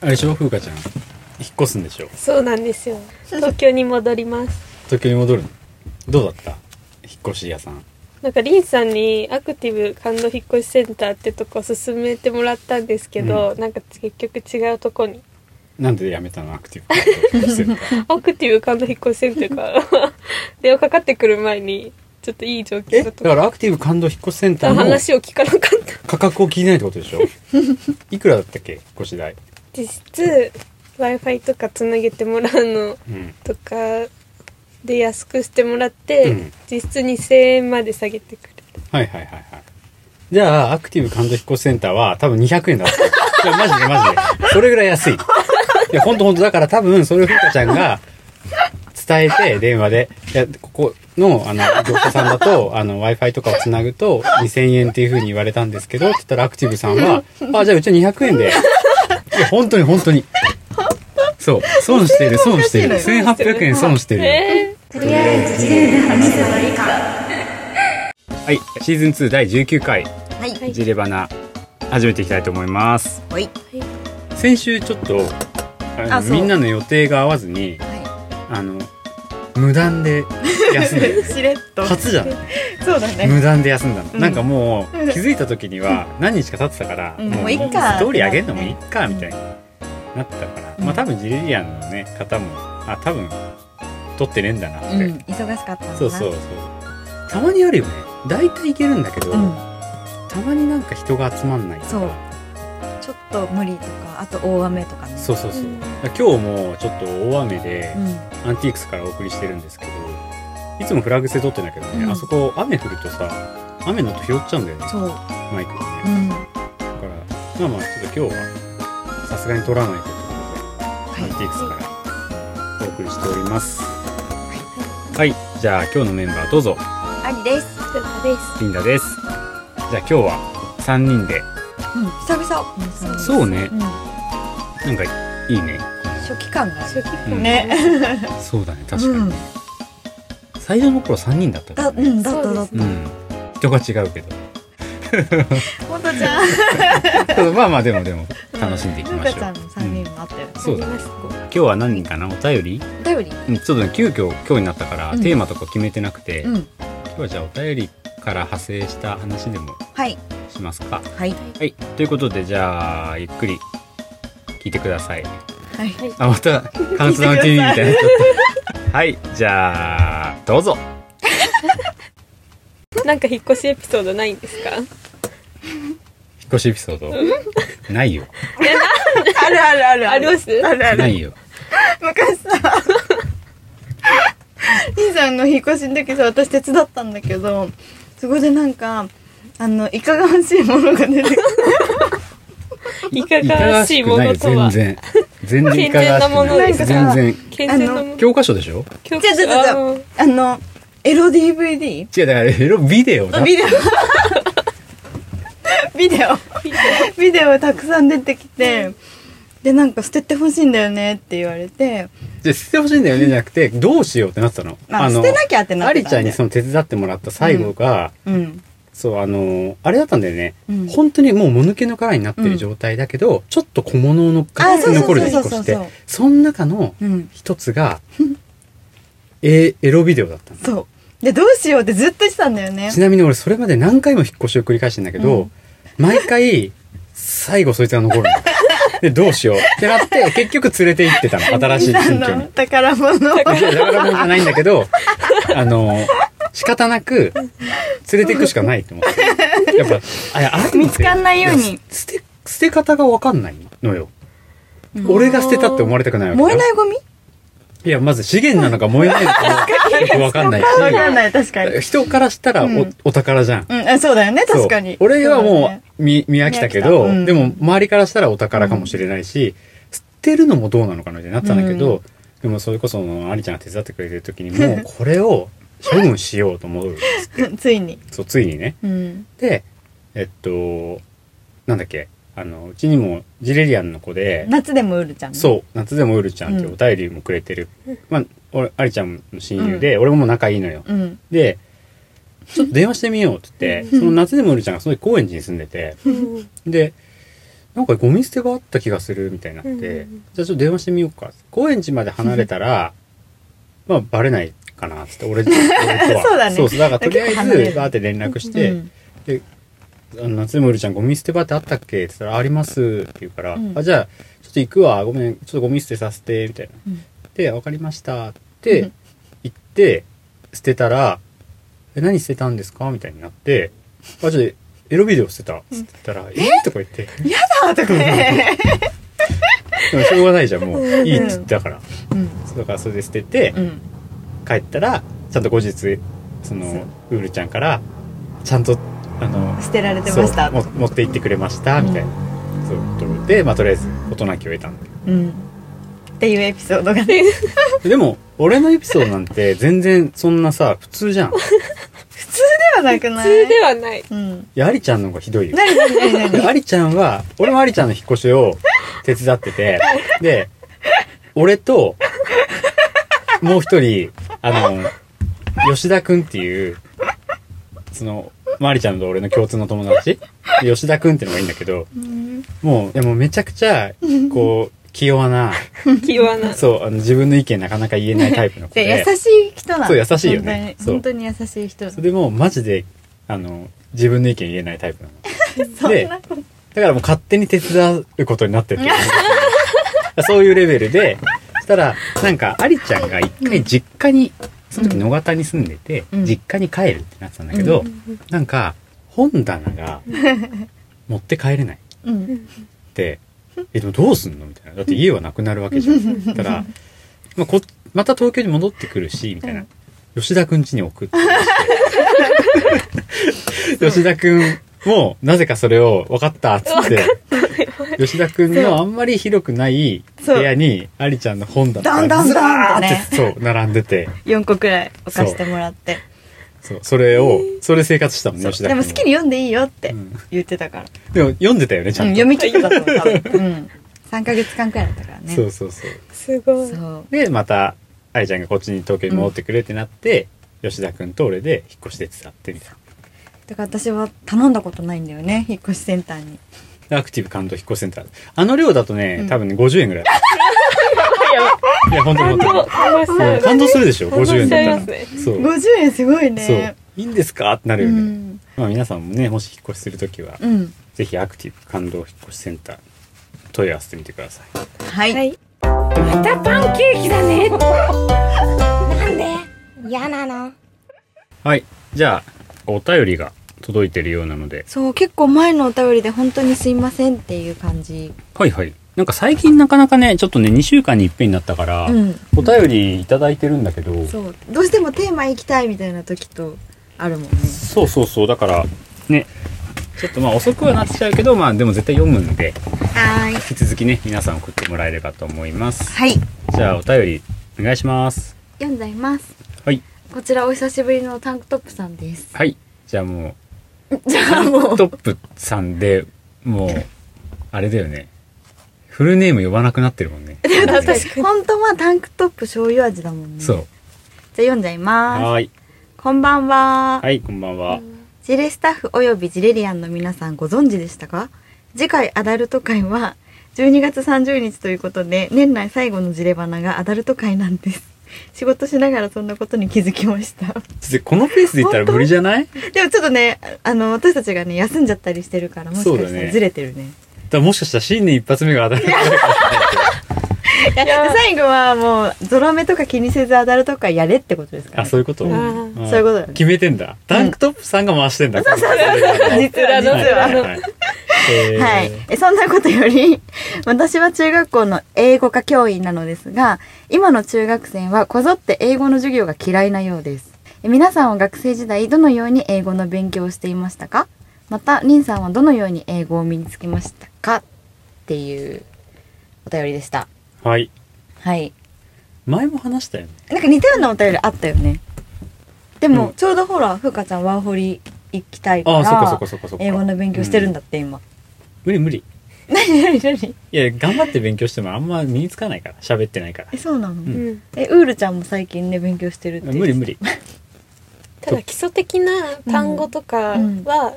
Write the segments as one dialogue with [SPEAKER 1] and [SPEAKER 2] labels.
[SPEAKER 1] あれでしょ風花ちゃん引っ越すんでしょ
[SPEAKER 2] そうなんですよ東京に戻ります
[SPEAKER 1] 東京に戻るのどうだった引っ越し屋さん
[SPEAKER 2] なんかリンさんにアクティブ感動引っ越しセンターってとこ勧めてもらったんですけど、
[SPEAKER 1] う
[SPEAKER 2] なんか結局違うとこに
[SPEAKER 1] なんで辞めたのアクティブ感動してるか
[SPEAKER 2] アクティブ感動引っ越しセンターから電話かかってくる前にちょっといい状況
[SPEAKER 1] え
[SPEAKER 2] だ
[SPEAKER 1] だ
[SPEAKER 2] と思
[SPEAKER 1] か
[SPEAKER 2] っ
[SPEAKER 1] らアクティブ感動引っ越しセンタ
[SPEAKER 2] た
[SPEAKER 1] ーの
[SPEAKER 2] 話を聞かなかった
[SPEAKER 1] 価格を聞いてないってことで しょいくらだったっけ引っ越し代
[SPEAKER 2] 実質 w i f i とかつなげてもらうの
[SPEAKER 1] うん
[SPEAKER 2] とかで安くしてもらって、
[SPEAKER 1] うん
[SPEAKER 2] 実質2,000円まで下げてくれた
[SPEAKER 1] はいはいはいはいじゃあアクティブ感動引っ越しセンターは多分200円だった いやマジでマジでそれぐらい安いいやほんとほんとだから多分それをふうかちゃんが伝えて電話でいやここのあの業者さんだと w i f i とかをつなぐと2000円っていうふうに言われたんですけどって言ったらアクティブさんは「あじゃあうちは200円で」いや本当に本当にそう損してる損してる1800円損してるよ
[SPEAKER 2] え
[SPEAKER 3] とりあえず自由な話せばいいか
[SPEAKER 1] はいシーズン2第19回
[SPEAKER 3] はい
[SPEAKER 2] はい
[SPEAKER 1] ジレバナ始めていきたいと思います
[SPEAKER 3] はい
[SPEAKER 1] 先週ちょっとあの
[SPEAKER 3] あそう
[SPEAKER 1] みんなの予定が合わずにあの無断で休んで る
[SPEAKER 3] しれっと
[SPEAKER 1] 初じゃん
[SPEAKER 3] そうだね
[SPEAKER 1] 無断で休んだの、
[SPEAKER 3] うん
[SPEAKER 1] なんかもう
[SPEAKER 3] うん
[SPEAKER 1] 気づいた時には何日か経ってたから、
[SPEAKER 3] うんもういっか
[SPEAKER 1] ストーリー上げるのもいっかみたいになったから、
[SPEAKER 3] うん
[SPEAKER 1] まあ多分ジレリアンのね方もあ多分撮ってねえんだなって、
[SPEAKER 3] うん忙しかったんだな
[SPEAKER 1] そうそうそうたまにあるよね大体いけるんだけど、
[SPEAKER 3] うん
[SPEAKER 1] たまになんか人が集まんないとか
[SPEAKER 3] そうちょっと無理とかあと大雨とかね
[SPEAKER 1] そううそうそう、
[SPEAKER 2] うん
[SPEAKER 1] 今日もちょっと大雨で、
[SPEAKER 3] ん
[SPEAKER 1] アンティークスからお送りしてるんですけどいつもフラグ製撮ってんだけどね、
[SPEAKER 3] うん
[SPEAKER 1] あそこ雨降るとさ雨の音拾っちゃうんだよね
[SPEAKER 3] そう
[SPEAKER 1] マイクが
[SPEAKER 3] う
[SPEAKER 1] ね、
[SPEAKER 3] ん
[SPEAKER 1] だからまあまあちょっと今日はさすがに撮らないということで、アンティークスからお送りしておりますはい、じゃあ今日のメンバーどうぞ
[SPEAKER 3] ありです
[SPEAKER 2] ー、そうなんです
[SPEAKER 1] リンダですじゃあ今日は3人で
[SPEAKER 3] うん久々うんそう
[SPEAKER 1] そうね
[SPEAKER 3] うん
[SPEAKER 1] なんかいいね
[SPEAKER 3] 初期感があ
[SPEAKER 2] 初
[SPEAKER 3] る
[SPEAKER 2] 期
[SPEAKER 1] う
[SPEAKER 2] 感
[SPEAKER 1] ん
[SPEAKER 3] ね
[SPEAKER 1] そうだね
[SPEAKER 3] うん
[SPEAKER 1] 最初の頃3人だった
[SPEAKER 3] だうんだっただっ
[SPEAKER 2] そ
[SPEAKER 3] た
[SPEAKER 1] うん、人が違うけど
[SPEAKER 3] 本当じゃ ん
[SPEAKER 1] まあまあでもでも楽しんでいきましょう
[SPEAKER 3] ふうかちゃんの三人もあったよね
[SPEAKER 1] そうだ
[SPEAKER 2] あり
[SPEAKER 1] ね
[SPEAKER 2] ます
[SPEAKER 1] 今日は何人かなお便り
[SPEAKER 3] お便り
[SPEAKER 1] うんちょっとね急遽今日になったから、
[SPEAKER 3] うん
[SPEAKER 1] テーマとか決めてなくて、
[SPEAKER 3] うん
[SPEAKER 1] 今日はじゃあお便りから派生した話でも
[SPEAKER 3] はい
[SPEAKER 1] しますか
[SPEAKER 3] はい
[SPEAKER 1] はいということでじゃあゆっくり聞いてください
[SPEAKER 3] はい
[SPEAKER 1] あまたカウントダウン TV みたいになっちゃったはいじゃあどうぞ
[SPEAKER 2] なんか引っ越しエピソードないんですか
[SPEAKER 1] 引っ越しエピソードないよ
[SPEAKER 3] あるあるある
[SPEAKER 2] あります
[SPEAKER 3] あるあ
[SPEAKER 1] な
[SPEAKER 3] る
[SPEAKER 1] いよ
[SPEAKER 3] 昔さ兄さんの引っ越しの時さ私手伝ったんだけどそこでなんかあのいかがわしいものが出て きて
[SPEAKER 2] いかがわしいものと
[SPEAKER 1] いかがわ
[SPEAKER 2] は
[SPEAKER 1] しくないよ全然全然いかがわしく
[SPEAKER 2] 健全なもの
[SPEAKER 1] ない
[SPEAKER 2] です
[SPEAKER 3] か
[SPEAKER 1] 全然
[SPEAKER 2] 健全なもの
[SPEAKER 1] 教科書でしょ
[SPEAKER 2] 教科
[SPEAKER 3] 違う違う違うあのエロ DVD?
[SPEAKER 1] 違うだからエロビデオだ
[SPEAKER 3] ビデオビデオビデオたくさん出てきてでなんか捨ててほしいんだよねって言われて、
[SPEAKER 1] で捨ててほしいんだよねじゃなくてどうしようってなってたの。
[SPEAKER 3] まあ、捨
[SPEAKER 1] の
[SPEAKER 3] てなきゃってな
[SPEAKER 1] ア
[SPEAKER 3] って
[SPEAKER 1] リ
[SPEAKER 3] た
[SPEAKER 1] ちゃんにその手伝ってもらった最後が、
[SPEAKER 3] うん
[SPEAKER 1] そうあのあれだったんだよね、
[SPEAKER 3] うん
[SPEAKER 1] 本当にもうもぬけの殻になって
[SPEAKER 3] うん
[SPEAKER 1] る状態だけど、ちょっと小物のガッツリ残る
[SPEAKER 3] あ
[SPEAKER 1] 引
[SPEAKER 3] そう
[SPEAKER 1] っ
[SPEAKER 3] そ
[SPEAKER 1] 越
[SPEAKER 3] うそうそう
[SPEAKER 1] してその中の
[SPEAKER 3] うん
[SPEAKER 1] 一つが、えエロビデオだったの
[SPEAKER 3] そうでどうしようってずっとしてたんだよね
[SPEAKER 1] ちなみに俺それまで何回も引っ越しを繰り返してんだけど、
[SPEAKER 3] うん
[SPEAKER 1] 毎回最後そいつが残るの でどうしようってなって結局連れて行ってたの新しい新居
[SPEAKER 3] あ
[SPEAKER 1] に
[SPEAKER 3] の。宝物を
[SPEAKER 1] いや、宝物じゃないんだけど、あの、仕方なく、連れていくしかないと思って。やっぱ、あいやあれ
[SPEAKER 3] 見つかんないように
[SPEAKER 1] や捨て、捨て方がわかんないのよ。俺が捨てたって思われたくないわけだ
[SPEAKER 3] 燃えないゴミ
[SPEAKER 1] いや、まず資源なのか燃えないのかもよくわかんない
[SPEAKER 3] わかんない確かに
[SPEAKER 1] し、人からしたらお,、
[SPEAKER 3] うん
[SPEAKER 1] お宝じゃん。
[SPEAKER 3] うんあ、そうだよね、確かに
[SPEAKER 1] そ。う俺は
[SPEAKER 3] そ
[SPEAKER 1] も
[SPEAKER 3] だ
[SPEAKER 1] う
[SPEAKER 3] ね
[SPEAKER 1] 見見飽きたけ
[SPEAKER 3] 見飽
[SPEAKER 1] ど、
[SPEAKER 3] きたうん
[SPEAKER 1] でも周りからしたらお宝かもしれないし、捨てるのもどうなのかなってなったんだけど、でもそれこそありちゃんが手伝ってくれてる時にもうこれを処分しようと 思う
[SPEAKER 3] ついに。
[SPEAKER 1] そうついにね
[SPEAKER 3] うん。
[SPEAKER 1] でえっとなんだっけあのうちにもジレリアンの子で
[SPEAKER 3] 夏でもウルちゃんね。
[SPEAKER 1] そう夏でもウルちゃんってお
[SPEAKER 3] うん
[SPEAKER 1] 便りもくれてる、まあ俺ありちゃんの親友で、俺も仲いいのよ、
[SPEAKER 3] うん。。
[SPEAKER 1] でちょっと電話してみようって言ってその夏でもウルちゃんがすごい高円寺に住んでて
[SPEAKER 2] うん
[SPEAKER 1] でなんかゴミ捨て場あった気がするみたいになって、
[SPEAKER 2] うんうんうん
[SPEAKER 1] じゃあちょっと電話してみようか。高円寺まで離れたら、まあバレないかな、つって、俺、俺とは
[SPEAKER 3] そうだね
[SPEAKER 1] そうそうだからとりあえ
[SPEAKER 3] 結構離れる
[SPEAKER 1] ず、バーって連絡して、
[SPEAKER 3] うん
[SPEAKER 1] あの夏目もりちゃんゴミ捨て場ってあったっけって言ったら、ありますって言うから、
[SPEAKER 3] うん
[SPEAKER 1] あ、じゃあ、ちょっと行くわ、ごめん、ちょっとゴミ捨てさせて、みたいな。
[SPEAKER 3] うん
[SPEAKER 1] で、わかりましたっ
[SPEAKER 3] う
[SPEAKER 1] て
[SPEAKER 3] ん
[SPEAKER 1] 言って、捨てたら、え、何捨てたんですかみたいになって、あ、ちょっとエロビデオ捨てたっつって言ったら、えとか言って、
[SPEAKER 3] やだとかね、
[SPEAKER 1] でもしょうがないじゃん、も う。
[SPEAKER 2] うん
[SPEAKER 1] いいって言ったから。
[SPEAKER 3] うん
[SPEAKER 1] だからそれで捨てて、
[SPEAKER 3] うん、
[SPEAKER 1] 帰ったら、ちゃんと後日、その、ウールちゃんから、ちゃんと、あの、
[SPEAKER 3] 捨てられてました
[SPEAKER 1] そうも持って行ってくれましたみたいな、そうとでまあとりあえず事なきを得たんだけ
[SPEAKER 3] うん、っていうエピソードがね
[SPEAKER 1] どでも俺のエピソードなんて全然そんなさ普通じゃんい
[SPEAKER 3] 普通ではなくない
[SPEAKER 2] 普通ではない。
[SPEAKER 3] うん
[SPEAKER 1] やありちゃんの方がひどいよ
[SPEAKER 3] 何何何何
[SPEAKER 1] でありちゃんは俺もありちゃんの引っ越しを手伝っててで俺ともう一人あの吉田くんっていうそのまあありちゃんと俺の共通の友達で吉田くんってのがいいんだけど
[SPEAKER 3] うん
[SPEAKER 1] もうでもめちゃくちゃこう器用な
[SPEAKER 2] 気は な。
[SPEAKER 1] そう、あの、自分の意見なかなか言えないタイプの子
[SPEAKER 3] で
[SPEAKER 1] で。
[SPEAKER 3] 優しい人なの
[SPEAKER 1] そう優しいよねそう
[SPEAKER 3] 本当に本当に優しい人
[SPEAKER 1] それも、マジで、あの、自分の意見言えないタイプなの。
[SPEAKER 3] そんなこと
[SPEAKER 1] だからもう勝手に手伝うことになってるけ どそういうレベルで、そしたら、なんか、ありちゃんが一回実家に、その時野方に住んでて、
[SPEAKER 3] うん
[SPEAKER 1] 実家に帰るってなってたんだけど、なんか、本棚 が、持って帰れない。
[SPEAKER 3] うん
[SPEAKER 1] って「えでもどうすんの?」みたいな「だって家はなくなるわけじゃん」 だったら、まあ、こまた東京に戻ってくるしみたいな、吉田くん家に送って 吉田くんもなぜかそれを分かったっつって吉田くんのあんまり広くない部屋にありちゃんの本だ
[SPEAKER 3] だんだん
[SPEAKER 1] ず
[SPEAKER 3] だ
[SPEAKER 1] らー
[SPEAKER 3] んとね
[SPEAKER 1] ってそう並んでて
[SPEAKER 3] 4個くらい置かしてもらって
[SPEAKER 1] そうそれをそれ生活したもん
[SPEAKER 3] そ
[SPEAKER 1] ね
[SPEAKER 3] う
[SPEAKER 1] 吉田
[SPEAKER 3] で
[SPEAKER 1] くん
[SPEAKER 3] も好きに読んでいいよって
[SPEAKER 1] うん
[SPEAKER 3] 言ってたから、
[SPEAKER 1] でも読んでたよねちゃ
[SPEAKER 3] うんん、
[SPEAKER 1] と、
[SPEAKER 3] 読み切ったと思う多分、うん、3ヶ月間くらいだったからね
[SPEAKER 1] そうそうそう
[SPEAKER 2] すごい。
[SPEAKER 3] そう
[SPEAKER 1] でまた愛ちゃんがこっちに東京に戻ってくれってなって、吉田君と俺で引っ越し手伝ってみたい
[SPEAKER 3] だから私は頼んだことないんだよね引っ越しセンターに
[SPEAKER 1] なアクティブ感動引っ越しセンターあの量だとね、
[SPEAKER 3] うん
[SPEAKER 1] 多分ね50円ぐらいい や本当に
[SPEAKER 2] そう、
[SPEAKER 1] 本
[SPEAKER 2] 楽し
[SPEAKER 1] 当にうん
[SPEAKER 2] そ
[SPEAKER 1] 感動するでしょ
[SPEAKER 2] う。
[SPEAKER 1] 50円
[SPEAKER 2] ち
[SPEAKER 1] だ
[SPEAKER 2] ゃ
[SPEAKER 1] っ
[SPEAKER 2] い
[SPEAKER 1] たら、
[SPEAKER 2] ますね。
[SPEAKER 1] そう、
[SPEAKER 3] 50円すごい
[SPEAKER 1] そう
[SPEAKER 3] ね
[SPEAKER 1] いいんですかってなる
[SPEAKER 3] う
[SPEAKER 1] よね、
[SPEAKER 3] ん
[SPEAKER 1] まあ皆さんもねもし引っ越しする時は、
[SPEAKER 3] うん
[SPEAKER 1] ぜひアクティブ感動引っ越しセンターに問い合わせてみてください
[SPEAKER 3] はい、
[SPEAKER 2] はい。
[SPEAKER 4] またパンケーキだねなんで嫌なの
[SPEAKER 1] はいじゃあお便りが届いてるようなので
[SPEAKER 3] そう結構前のお便りで本当にすいませんっていう感じ
[SPEAKER 1] はいはいなんか最近なかなかねちょっとね2週間に一遍になったから、
[SPEAKER 3] うん
[SPEAKER 1] お便りいただいてるんだけど、
[SPEAKER 3] そうどうしてもテーマ行きたいみたいな時とあるもんね
[SPEAKER 1] そうそうそうだからねちょっとまあ遅くはなっちゃうけどまあでも絶対読むんで
[SPEAKER 3] はーい
[SPEAKER 1] 引き続きね皆さん送ってもらえればと思います
[SPEAKER 3] はい
[SPEAKER 1] じゃあお便りお願いします
[SPEAKER 3] 読んじゃいます
[SPEAKER 1] はい
[SPEAKER 3] こちらお久しぶりのタンクトップさんです
[SPEAKER 1] はいじゃあも
[SPEAKER 3] じゃあも
[SPEAKER 1] う
[SPEAKER 3] う
[SPEAKER 1] トップさんでもうあれだよねフルネーム呼ばなくなってるもん ね
[SPEAKER 2] 確かに
[SPEAKER 3] 本当はタンクトップ醤油味だもんね
[SPEAKER 1] そ
[SPEAKER 3] じゃ
[SPEAKER 1] う
[SPEAKER 3] あ読んじゃいま
[SPEAKER 1] はーい
[SPEAKER 3] すこんばんは
[SPEAKER 1] はいこんばんは
[SPEAKER 3] ジレスタッフおよびジレリアンの皆さんご存知でしたか次回アダルト会は12月30日ということで年内最後のジレバナがアダルト会なんです仕事しながらそんなことに気づきました
[SPEAKER 1] でこのペースでいったら無理じゃないだか
[SPEAKER 3] でもちょっとねあの私たちがね休んじゃったりしてるからもしか
[SPEAKER 1] そう
[SPEAKER 3] し
[SPEAKER 1] だ
[SPEAKER 3] た
[SPEAKER 1] ね
[SPEAKER 3] らずれてるね
[SPEAKER 1] らもしかしたら新年一発目が当たるかもしれない
[SPEAKER 3] いや最後はもうゾロ目とか気にせずアダルト会やれってことですから、
[SPEAKER 1] あそういうこと、
[SPEAKER 3] ん
[SPEAKER 2] あ
[SPEAKER 1] あ
[SPEAKER 3] そういうことだね
[SPEAKER 1] 決めてんだタンクトップさんが回してんだ、そうそう
[SPEAKER 3] 実は実
[SPEAKER 2] そう
[SPEAKER 3] は
[SPEAKER 1] はいはいえー
[SPEAKER 3] はい。えそんなことより、 私は中学校の英語科教員なのですが、今の中学生はこぞって英語の授業が嫌いなようです。え皆さんは学生時代どのように英語の勉強をしていましたかまた、リンさんはどのように英語を身につけましたかっていうお便りでした。
[SPEAKER 1] はい。
[SPEAKER 3] はい。
[SPEAKER 1] 前も話したよね。
[SPEAKER 3] なんか似たようなお便りあったよね。でも、
[SPEAKER 1] うん
[SPEAKER 3] ちょうどほら、ふうかちゃんワーホリ行きたいか
[SPEAKER 1] あ
[SPEAKER 3] ら、
[SPEAKER 1] あ、そっかそっかそっかそっか。
[SPEAKER 3] 英語の勉強してるん
[SPEAKER 1] だ。
[SPEAKER 3] だって、今。
[SPEAKER 1] 無理無理。
[SPEAKER 3] 何 何何
[SPEAKER 1] いや、頑張って勉強してもあんま身につかないから。喋ってないから
[SPEAKER 3] え、。そうなの、
[SPEAKER 1] うん
[SPEAKER 2] うん。
[SPEAKER 3] えウールちゃんも最近ね勉強してるって
[SPEAKER 1] 無理無理。
[SPEAKER 2] ただ基礎的な単語とかは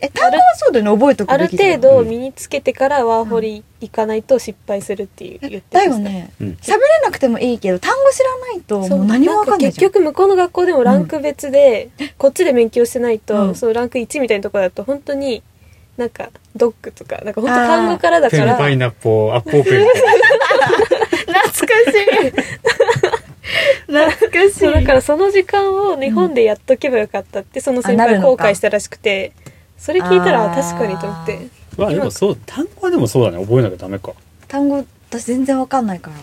[SPEAKER 3] え単語はそうだよね覚えとく
[SPEAKER 2] あ
[SPEAKER 3] べ
[SPEAKER 2] る
[SPEAKER 3] きだよ
[SPEAKER 2] 程度身につけてからワーホリ行かないと失敗するっていう言ってま
[SPEAKER 3] だ
[SPEAKER 2] した
[SPEAKER 3] よね
[SPEAKER 1] うん
[SPEAKER 3] 喋れなくてもいいけど単語知らないと
[SPEAKER 2] そう
[SPEAKER 3] もう何もわかんない
[SPEAKER 2] んか
[SPEAKER 3] じゃん
[SPEAKER 2] 結局向こうの学校でもランク別で、こっちで勉強してないと、
[SPEAKER 3] うん
[SPEAKER 2] そのランク1みたいなところだと本当になんかドッグとかなんか本当単語からだ
[SPEAKER 1] ペ
[SPEAKER 2] か
[SPEAKER 1] ン
[SPEAKER 2] ら
[SPEAKER 1] パイナッポーアッポーペン
[SPEAKER 3] 懐かしい懐かしい
[SPEAKER 2] そうだからその時間を日本でやっとけばよかったって、その先
[SPEAKER 3] あな
[SPEAKER 2] 輩
[SPEAKER 3] るの
[SPEAKER 2] 後
[SPEAKER 3] か
[SPEAKER 2] 悔したらしくてそれ聞いたら
[SPEAKER 3] あー
[SPEAKER 2] 確かにと思って
[SPEAKER 1] まあでもそう単語はでもそうだね覚えなきゃダメか
[SPEAKER 3] 単語私全然わかんないから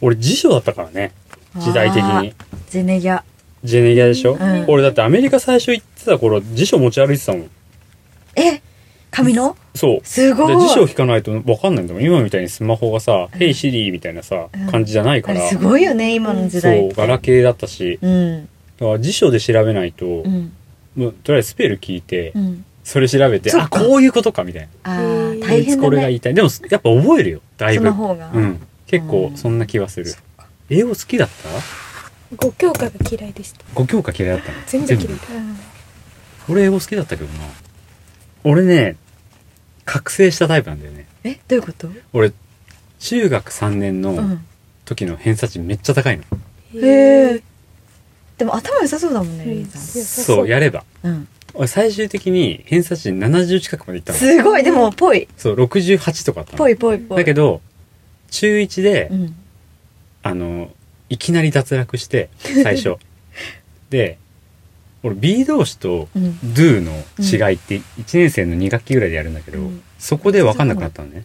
[SPEAKER 1] 俺辞書だったからね時代的に
[SPEAKER 3] あージェネギャ
[SPEAKER 1] ジェネギアでしょ、
[SPEAKER 3] ん
[SPEAKER 1] 俺だってアメリカ最初行ってた頃辞書持ち歩いてたもん
[SPEAKER 3] え紙の
[SPEAKER 1] そう
[SPEAKER 3] すごい
[SPEAKER 1] で辞書を引かないと分かんないんだもん今みたいにスマホがさ「ヘイシリー」みたいなさ、
[SPEAKER 3] うん
[SPEAKER 1] 感じじゃないか
[SPEAKER 3] あれ
[SPEAKER 1] ら
[SPEAKER 3] すごいよね今の時代
[SPEAKER 1] そうガラケーだったし
[SPEAKER 3] うん
[SPEAKER 1] だから辞書で調べないと、
[SPEAKER 3] うん
[SPEAKER 1] もうとりあえずスペル聞いて、
[SPEAKER 3] うん
[SPEAKER 1] それ調べて
[SPEAKER 3] そっ
[SPEAKER 1] あ
[SPEAKER 3] か
[SPEAKER 1] こういうことかみたいな
[SPEAKER 3] あ
[SPEAKER 2] う
[SPEAKER 3] ー
[SPEAKER 2] ん
[SPEAKER 3] 大変
[SPEAKER 1] こ
[SPEAKER 3] だ
[SPEAKER 1] れが言
[SPEAKER 3] ね
[SPEAKER 1] いたいでもやっぱ覚えるよだい
[SPEAKER 3] そ
[SPEAKER 1] ぶ
[SPEAKER 3] の方が
[SPEAKER 1] うん結構そんな気はする、英語好きだった
[SPEAKER 2] ご教科が嫌いでした
[SPEAKER 1] 5教科嫌いだったの
[SPEAKER 2] 全部嫌いだ
[SPEAKER 1] 俺英語好きだったけどな俺ね覚醒したタイプなんだよね
[SPEAKER 3] えどういうこと
[SPEAKER 1] 俺中学3年
[SPEAKER 3] う
[SPEAKER 1] の
[SPEAKER 3] ん
[SPEAKER 1] 時の偏差値めっちゃ高いの、
[SPEAKER 3] へえでも頭良さそうだもんね
[SPEAKER 2] うん
[SPEAKER 3] リーさ
[SPEAKER 2] 良さそう
[SPEAKER 1] そうやれば
[SPEAKER 3] んうん
[SPEAKER 1] 俺最終的に偏差値70近くまでいったの
[SPEAKER 3] すごいでもぽい
[SPEAKER 1] そう68とかあったの
[SPEAKER 3] ぽいぽいぽい
[SPEAKER 1] だけ
[SPEAKER 3] ど
[SPEAKER 1] ど中1で、
[SPEAKER 3] うん
[SPEAKER 1] あのいきなり脱落して最 初で俺 B 同士と
[SPEAKER 3] うん
[SPEAKER 1] Do の違いって1年生の2学期ぐらいでやるんだけど、
[SPEAKER 3] うん
[SPEAKER 1] そこで分かんなくなったのね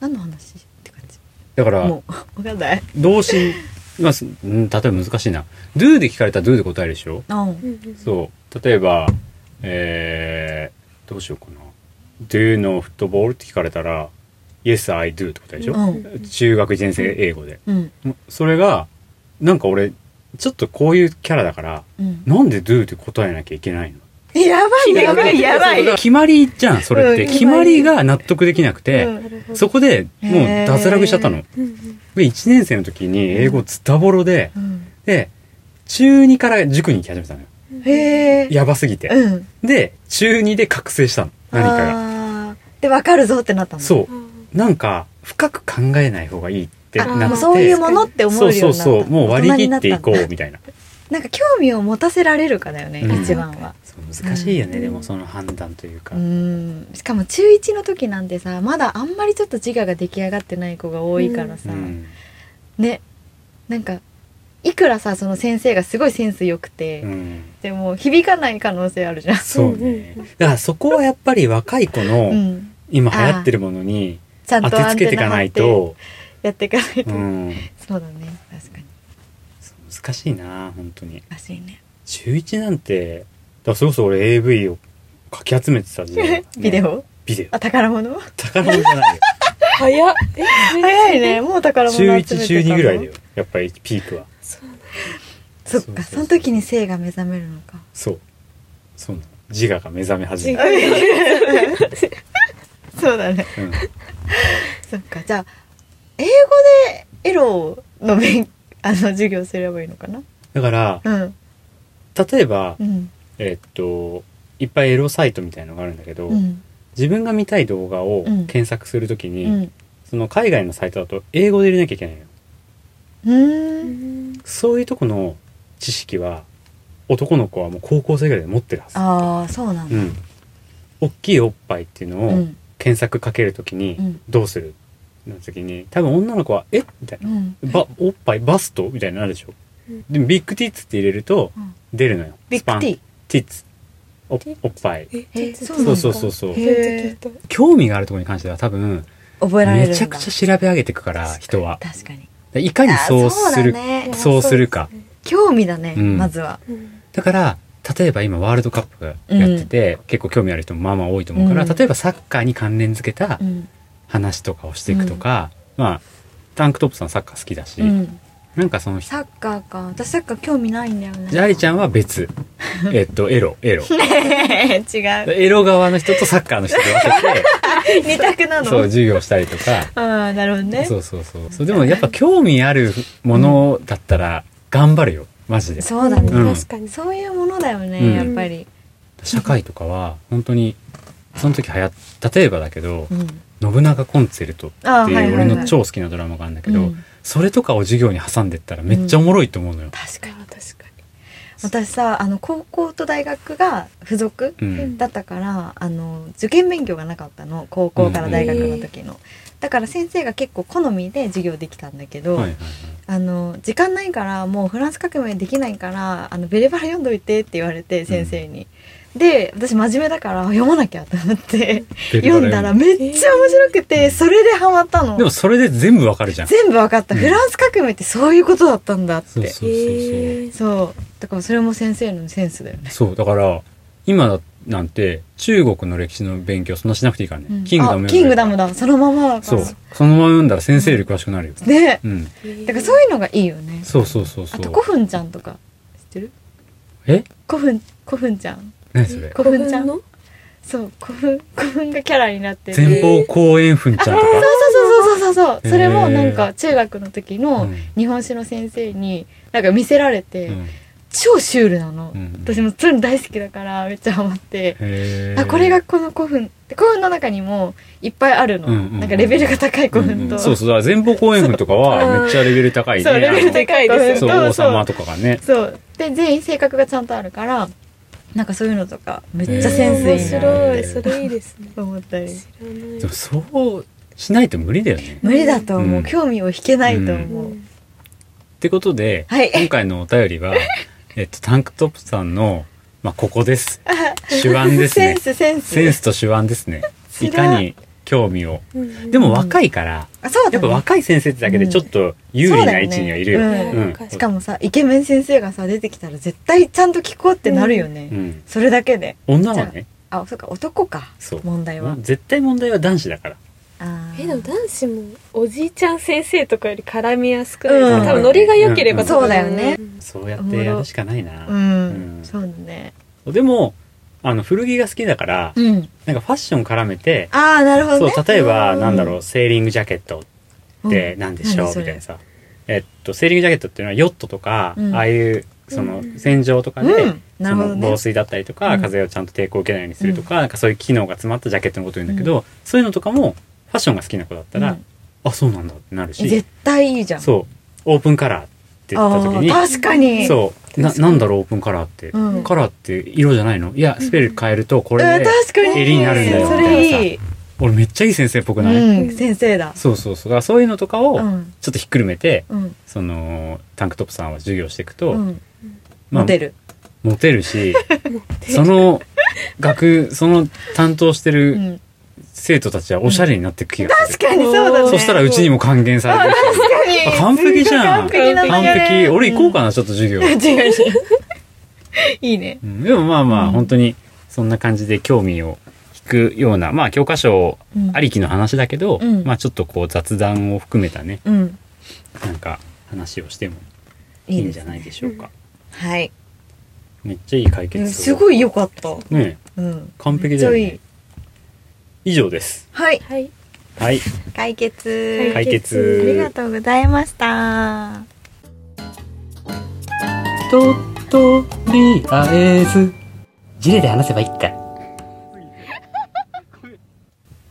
[SPEAKER 3] 何の話って感じ
[SPEAKER 1] だから
[SPEAKER 3] もうわかんない
[SPEAKER 1] 動詞まあすうん例えば難しいな Do で聞かれたら Do で答えるでしょ
[SPEAKER 3] うん
[SPEAKER 1] そう例えばえー、どうしようかな Do のフットボールって聞かれたら Yes I do って答えでしょ、
[SPEAKER 3] うん
[SPEAKER 1] 中学1年生英語で
[SPEAKER 3] うん
[SPEAKER 1] それがなんか俺ちょっとこういうキャラだから
[SPEAKER 3] うん
[SPEAKER 1] なんで do で答えなきゃいけないの
[SPEAKER 3] やばいやばいやばい
[SPEAKER 1] 決まりじゃん、それって。
[SPEAKER 3] うん
[SPEAKER 1] 決まりが納得できなくて、そこでもう脱落しちゃったの。で、1年生の時に英語ズタボロで、
[SPEAKER 3] うん
[SPEAKER 1] で、中2から塾に行き始めたのよ。
[SPEAKER 3] へえ
[SPEAKER 1] やばすぎて。
[SPEAKER 3] うん
[SPEAKER 1] で、中2で覚醒したの。何かが。
[SPEAKER 3] がでわかるぞってなったの
[SPEAKER 1] そう。なんか、深く考えない方がいいって
[SPEAKER 3] あ
[SPEAKER 1] なっ
[SPEAKER 3] もう
[SPEAKER 1] て。
[SPEAKER 3] そういうものって思
[SPEAKER 1] そ
[SPEAKER 3] え
[SPEAKER 1] う
[SPEAKER 3] るよ
[SPEAKER 1] そうう
[SPEAKER 3] になっ
[SPEAKER 1] そ
[SPEAKER 3] た
[SPEAKER 1] う。もう割り切っていこ
[SPEAKER 3] 大人にな
[SPEAKER 1] う
[SPEAKER 3] っ
[SPEAKER 1] みたいな。
[SPEAKER 3] たなんか興味を持たせられるかだよね、
[SPEAKER 1] うん
[SPEAKER 3] 一番は
[SPEAKER 1] そう難しいよね、でもその判断というか
[SPEAKER 3] う。んしかも中1の時なんてさまだあんまりちょっと自我が出来上がってない子が多いから
[SPEAKER 1] う
[SPEAKER 3] さ、
[SPEAKER 1] ん。
[SPEAKER 3] ねなんかいくらさその先生がすごいセンス良くて、
[SPEAKER 1] うん
[SPEAKER 3] でも響かない可能性あるじゃん、
[SPEAKER 1] そうね。だからそこはやっぱり若い子の、
[SPEAKER 3] うん、
[SPEAKER 1] 今流行ってるものに
[SPEAKER 3] ちゃん
[SPEAKER 1] 当
[SPEAKER 3] と
[SPEAKER 1] て
[SPEAKER 3] ア
[SPEAKER 1] つ
[SPEAKER 3] ン
[SPEAKER 1] け
[SPEAKER 3] テ
[SPEAKER 1] ていか
[SPEAKER 3] ナ
[SPEAKER 1] な
[SPEAKER 3] 張
[SPEAKER 1] い
[SPEAKER 3] って
[SPEAKER 1] と、
[SPEAKER 3] やっていかないと、
[SPEAKER 1] うん、
[SPEAKER 3] そうだね確かに
[SPEAKER 1] 難しいな本当に
[SPEAKER 3] 難しいね
[SPEAKER 1] 中1なんてだからそれこそ俺 AV をかき集めてた時代
[SPEAKER 3] ビデオ
[SPEAKER 1] ビデオ
[SPEAKER 3] あ宝物
[SPEAKER 1] 宝物じゃないよ
[SPEAKER 2] 早っえ
[SPEAKER 3] 早い ねもう宝物集
[SPEAKER 1] 中
[SPEAKER 3] めてたの
[SPEAKER 1] 1中2ぐらいだよやっぱりピークは
[SPEAKER 3] そっ
[SPEAKER 1] そうそう
[SPEAKER 3] か
[SPEAKER 1] そう
[SPEAKER 3] その時に性が目覚めるの か
[SPEAKER 1] そうそうなの自我が目覚め始め
[SPEAKER 2] 違
[SPEAKER 1] た、
[SPEAKER 2] う
[SPEAKER 3] そうだね
[SPEAKER 1] うん、
[SPEAKER 3] そっかじゃあ英語でエロの勉あの授業すればいいのかな
[SPEAKER 1] だから
[SPEAKER 3] うん
[SPEAKER 1] 例えば
[SPEAKER 3] うん
[SPEAKER 1] えっといっぱいエロサイトみたいのがあるんだけど、
[SPEAKER 3] うん
[SPEAKER 1] 自分が見たい動画を検索するとき
[SPEAKER 3] う
[SPEAKER 1] に、
[SPEAKER 3] ん
[SPEAKER 1] その海外のサイトだと英語で入れなきゃいけないの
[SPEAKER 3] うーん
[SPEAKER 1] そういうとこの知識は男の子はもう高校生ぐらいで持ってるはず。
[SPEAKER 3] ああそうなん
[SPEAKER 1] う
[SPEAKER 3] だ
[SPEAKER 1] ん。大きいおっぱいっていうの
[SPEAKER 3] う
[SPEAKER 1] を
[SPEAKER 3] ん
[SPEAKER 1] 検索かけるとき
[SPEAKER 3] う
[SPEAKER 1] に
[SPEAKER 3] ん
[SPEAKER 1] どうするの時に多分女の子は「えみたいな
[SPEAKER 3] うん
[SPEAKER 1] 「ばおっぱいバスト?」みたいになるでしょ。でもビッグティッツって入れると
[SPEAKER 3] うん
[SPEAKER 1] 出るのよ。
[SPEAKER 3] ビ
[SPEAKER 1] ス
[SPEAKER 3] ッ
[SPEAKER 1] パ
[SPEAKER 3] グ
[SPEAKER 1] ン
[SPEAKER 3] ティ
[SPEAKER 1] ティッツ。おおっぱい。
[SPEAKER 3] えそうなん
[SPEAKER 1] そうそ
[SPEAKER 3] だ
[SPEAKER 1] うそうそう。
[SPEAKER 3] へ
[SPEAKER 2] ー
[SPEAKER 1] 興味があるところに関しては多分
[SPEAKER 3] 覚えられるんだ
[SPEAKER 1] めちゃくちゃ調べ上げていくから人は。
[SPEAKER 3] 確かに
[SPEAKER 1] いかにそうする
[SPEAKER 3] あーそうだね
[SPEAKER 1] そうするか。
[SPEAKER 3] 興味だね
[SPEAKER 1] うん
[SPEAKER 3] まずは
[SPEAKER 1] だから例えば今ワールドカップやってて、結構興味ある人もまあまあ多いと思うから、
[SPEAKER 3] うん
[SPEAKER 1] 例えばサッカーに関連付けた
[SPEAKER 3] うん
[SPEAKER 1] 話とかをしていくとか、まあタンクトップさんサッカー好きだし、
[SPEAKER 3] うん
[SPEAKER 1] なんかその
[SPEAKER 3] サッカーか私サッカー興味ないんだよね
[SPEAKER 1] ジャリちゃんは別えっとエロエロ
[SPEAKER 3] 違う
[SPEAKER 1] エロ側の人とサッカーの人で分け
[SPEAKER 3] 二択な
[SPEAKER 1] てそう
[SPEAKER 3] の
[SPEAKER 1] 授業したりとか、
[SPEAKER 3] ああなるほどね
[SPEAKER 1] そうそうそうそうでもやっぱ興味あるものだったら頑張るよマジで
[SPEAKER 3] そうだね
[SPEAKER 1] うん
[SPEAKER 2] 確かに
[SPEAKER 3] そういうものだよね、
[SPEAKER 1] うん
[SPEAKER 3] やっぱり。
[SPEAKER 1] 社会とかは本当にその時流行っ例えばだけど
[SPEAKER 3] うん
[SPEAKER 1] 「信長コンセルト」って
[SPEAKER 3] あーはいはい
[SPEAKER 1] い
[SPEAKER 3] は
[SPEAKER 1] う
[SPEAKER 3] い
[SPEAKER 1] 俺の超好きなドラマがあるんだけ
[SPEAKER 3] う
[SPEAKER 1] ど
[SPEAKER 3] ん
[SPEAKER 1] それとかを授業に挟んでったらめっちゃおもろいと思うのよ。
[SPEAKER 3] 確かに
[SPEAKER 2] あー確か
[SPEAKER 3] 私さあの高校と大学が付属
[SPEAKER 1] うん
[SPEAKER 3] だったからあの受験勉強がなかったの高校から大学の時の、だから先生が結構好みで授業できたんだけど、
[SPEAKER 1] はいはいはい
[SPEAKER 3] あの時間ないからもうフランス革命できないからあのベレバラ読んどいてって言われて先生に、で私真面目だから読まなきゃと思って
[SPEAKER 1] ベルバラ
[SPEAKER 3] 読んだらめっちゃ面白くてそれでハマったの
[SPEAKER 1] でもそれで全部わかるじゃん。
[SPEAKER 3] 全部分かった、
[SPEAKER 1] うん
[SPEAKER 3] フランス革命ってそういうことだったんだって
[SPEAKER 1] そ
[SPEAKER 3] そうう
[SPEAKER 1] そうそうそう
[SPEAKER 2] に。へえ。
[SPEAKER 3] だからそれも先生のセンスだよね
[SPEAKER 1] そうだから今なんて中国の歴史の勉強そんなしなくていいからね、
[SPEAKER 3] うん
[SPEAKER 1] キングダム読め
[SPEAKER 3] あ
[SPEAKER 1] ば
[SPEAKER 3] キングダムだそのままだか
[SPEAKER 1] そう
[SPEAKER 3] ら
[SPEAKER 1] そのまま読んだら先生より詳しくなるよ、
[SPEAKER 3] ね
[SPEAKER 1] うん、
[SPEAKER 3] だからそういうのがいいよね
[SPEAKER 1] そうそうそうそ
[SPEAKER 3] あ
[SPEAKER 1] う
[SPEAKER 3] と古墳ちゃんとか知ってる
[SPEAKER 1] え
[SPEAKER 3] 古墳古墳ちゃん
[SPEAKER 1] 何それ
[SPEAKER 3] 古墳ちゃん
[SPEAKER 2] の
[SPEAKER 3] そう古墳古墳がキャラになってる
[SPEAKER 1] 前方後円墳ちゃんとか、
[SPEAKER 3] そうそうそうそうそうそうそれもなん
[SPEAKER 1] へ
[SPEAKER 3] か中学の時
[SPEAKER 1] う
[SPEAKER 3] の
[SPEAKER 1] ん
[SPEAKER 3] 日本史の先生になんか見せられて、
[SPEAKER 1] うん、
[SPEAKER 3] 超シュールなの、
[SPEAKER 1] うん
[SPEAKER 3] 私もそういうの大好きだからめっちゃハマって、
[SPEAKER 1] へー
[SPEAKER 3] あこれがこの古墳で古墳の中にもいっぱいあるの、
[SPEAKER 1] うんうんうん
[SPEAKER 3] なんかレベルが高い古
[SPEAKER 1] う
[SPEAKER 3] 墳
[SPEAKER 1] ん
[SPEAKER 3] と、
[SPEAKER 1] うんそうそうだから前方後円墳とかはめっちゃレベル高いね
[SPEAKER 3] そうレベル高いです
[SPEAKER 1] そう
[SPEAKER 3] そうそう
[SPEAKER 1] 王様とかがね
[SPEAKER 3] そうで全員性格がちゃんとあるからなんかそういうのとかめっちゃセンス
[SPEAKER 2] 面
[SPEAKER 3] いいな
[SPEAKER 2] 白い。それいいですね。
[SPEAKER 3] と思ったり
[SPEAKER 2] 知らない
[SPEAKER 1] でもそうしないと無理だよね
[SPEAKER 3] 無理だと思う、
[SPEAKER 1] うん
[SPEAKER 3] 興味を引けないと思う、
[SPEAKER 2] うん
[SPEAKER 1] ってことで、
[SPEAKER 3] はい
[SPEAKER 1] 今回のお便り は、えっと、タンクトップさんの、まあ、ここです。手腕です
[SPEAKER 3] セ
[SPEAKER 1] ね
[SPEAKER 3] ン。スセンス
[SPEAKER 1] センスと手腕ですね。
[SPEAKER 3] 辛
[SPEAKER 1] い
[SPEAKER 3] い
[SPEAKER 1] かに興味を。
[SPEAKER 2] うん
[SPEAKER 1] でも若いから、
[SPEAKER 3] あそう
[SPEAKER 1] や
[SPEAKER 3] だ
[SPEAKER 1] っぱ
[SPEAKER 3] ね
[SPEAKER 1] 若い先生ってだけでちょっと有利な位置にはいるよ。
[SPEAKER 3] そうだ
[SPEAKER 2] よねうん
[SPEAKER 3] しかもさイケメン先生がさ出てきたら絶対ちゃんと聞こうってなるよね、
[SPEAKER 1] うん
[SPEAKER 3] それだけで
[SPEAKER 1] 女はね、
[SPEAKER 3] あそうか男か
[SPEAKER 1] そう。
[SPEAKER 3] 問題は
[SPEAKER 1] 絶対問題は男子だから。
[SPEAKER 3] あー
[SPEAKER 2] えでも男子もおじいちゃん先生とかより絡みやすくないですか、
[SPEAKER 3] うん
[SPEAKER 2] 多分ノリが良ければ
[SPEAKER 1] うん
[SPEAKER 2] とか
[SPEAKER 3] そうだよね
[SPEAKER 2] ん
[SPEAKER 1] そうやってやるしかないな。
[SPEAKER 3] うん、
[SPEAKER 1] うん
[SPEAKER 3] そうだね
[SPEAKER 1] でも、あの、古着が好きだから、
[SPEAKER 3] うん
[SPEAKER 1] なんかファッション絡めて、
[SPEAKER 3] ああなるほど
[SPEAKER 1] そう
[SPEAKER 3] ね、
[SPEAKER 1] 例えば、
[SPEAKER 2] うん
[SPEAKER 1] なんだろう、セーリングジャケット
[SPEAKER 3] うん
[SPEAKER 1] ってなんでしょう
[SPEAKER 3] 何それ
[SPEAKER 1] みたいなさ。えっと、セーリングジャケットっていうのはヨットとか、
[SPEAKER 3] うん
[SPEAKER 1] ああいう、その、戦場とかで、
[SPEAKER 3] うんなるほど
[SPEAKER 1] その防
[SPEAKER 3] ね
[SPEAKER 1] 水だったりとか、
[SPEAKER 3] うん
[SPEAKER 1] 風をちゃんと抵抗を受けないようにするとか、なんかそういう機能が詰まったジャケットのことを言うんだけど、そういうのとかも、ファッションが好きな子だったら、
[SPEAKER 3] うん
[SPEAKER 1] あ、そうなんだってなるし
[SPEAKER 3] 絶、対いいじゃんう
[SPEAKER 1] そう、オープンカラーって言った時に、
[SPEAKER 3] 確かに
[SPEAKER 1] そう、な、なんだろう、オープンカラーって。
[SPEAKER 3] うん
[SPEAKER 1] カラーって色じゃないのいや、スペル変えると、こ
[SPEAKER 3] うん
[SPEAKER 1] れで、
[SPEAKER 3] 確かに
[SPEAKER 1] 襟になるんだよ
[SPEAKER 3] それいい、
[SPEAKER 1] 俺めっちゃいい先生っぽくない、
[SPEAKER 3] うん、先生だ
[SPEAKER 1] そうそうそう。だからそういうのとかを、
[SPEAKER 3] うん
[SPEAKER 1] ちょっとひっくるめて、
[SPEAKER 3] うん
[SPEAKER 1] その、タンクトップさんは授業していくと、
[SPEAKER 3] うん
[SPEAKER 1] まあ
[SPEAKER 3] モテる、
[SPEAKER 1] モテるし、
[SPEAKER 2] 持って
[SPEAKER 1] その、学、その担当して
[SPEAKER 3] う
[SPEAKER 1] る
[SPEAKER 3] ん、
[SPEAKER 1] 生徒たちはおしゃれになっていく気がする。
[SPEAKER 3] 確かにそうだね
[SPEAKER 1] そしたらうちにも還元されるし。
[SPEAKER 3] 確かに
[SPEAKER 1] あ完璧じゃん
[SPEAKER 3] 完璧な
[SPEAKER 1] 完
[SPEAKER 3] 流れ
[SPEAKER 1] 璧。俺行こうかな、ちょっと授業。
[SPEAKER 3] 違う違う。いいね。
[SPEAKER 1] うんでもまあまあ、
[SPEAKER 3] うん
[SPEAKER 1] 本当にそんな感じで興味を引くようなまあ教科書ありきの話だけど、
[SPEAKER 3] うん
[SPEAKER 1] まあちょっとこう雑談を含めたね
[SPEAKER 3] うん。
[SPEAKER 1] なんか話をしてもい
[SPEAKER 3] い
[SPEAKER 1] い
[SPEAKER 3] い
[SPEAKER 1] ん
[SPEAKER 3] で
[SPEAKER 1] じ
[SPEAKER 3] す
[SPEAKER 1] ゃ。ないでしょうか。
[SPEAKER 3] はい。
[SPEAKER 1] めっちゃいい解決
[SPEAKER 3] すごい良かった。
[SPEAKER 1] ねえ
[SPEAKER 3] うん。
[SPEAKER 1] 完璧だよね
[SPEAKER 3] めっちゃいい
[SPEAKER 1] 以上です。
[SPEAKER 3] はい。
[SPEAKER 2] はい
[SPEAKER 1] はい
[SPEAKER 3] 解決。
[SPEAKER 1] 解
[SPEAKER 2] 解
[SPEAKER 1] 決
[SPEAKER 2] 決
[SPEAKER 3] ありがとうございました。
[SPEAKER 1] ととりあえずジレで話せばいいか。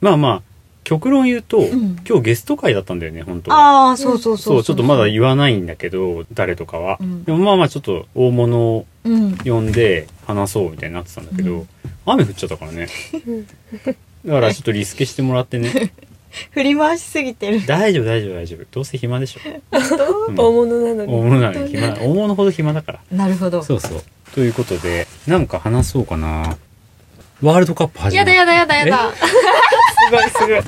[SPEAKER 1] まあまあ極論言うと、
[SPEAKER 3] ん
[SPEAKER 1] 今日ゲスト会だったんだよね本当は。
[SPEAKER 3] ああ、そうそう
[SPEAKER 1] そ
[SPEAKER 3] そうう。
[SPEAKER 1] ちょっとまだ言わないんだけど誰とかは、
[SPEAKER 3] うん
[SPEAKER 1] でもまあまあちょっと大物を
[SPEAKER 3] うん。
[SPEAKER 1] 呼んで話そうみたいになってたんだけど、
[SPEAKER 3] う
[SPEAKER 1] 雨降っちゃったからねだからちょっとリスケしてもらって ね
[SPEAKER 3] 振り回しすぎてる。
[SPEAKER 1] 大丈夫大丈夫大丈夫どうせ暇でしょ、うん
[SPEAKER 2] 大物なの
[SPEAKER 1] 大
[SPEAKER 2] に
[SPEAKER 1] 物なのに暇大物ほど暇だか
[SPEAKER 3] なるほど
[SPEAKER 1] ら。そうそうということでなんか話そうかなワールドカップ始ま
[SPEAKER 2] や
[SPEAKER 1] った
[SPEAKER 2] だやだやだやだ
[SPEAKER 1] すごいす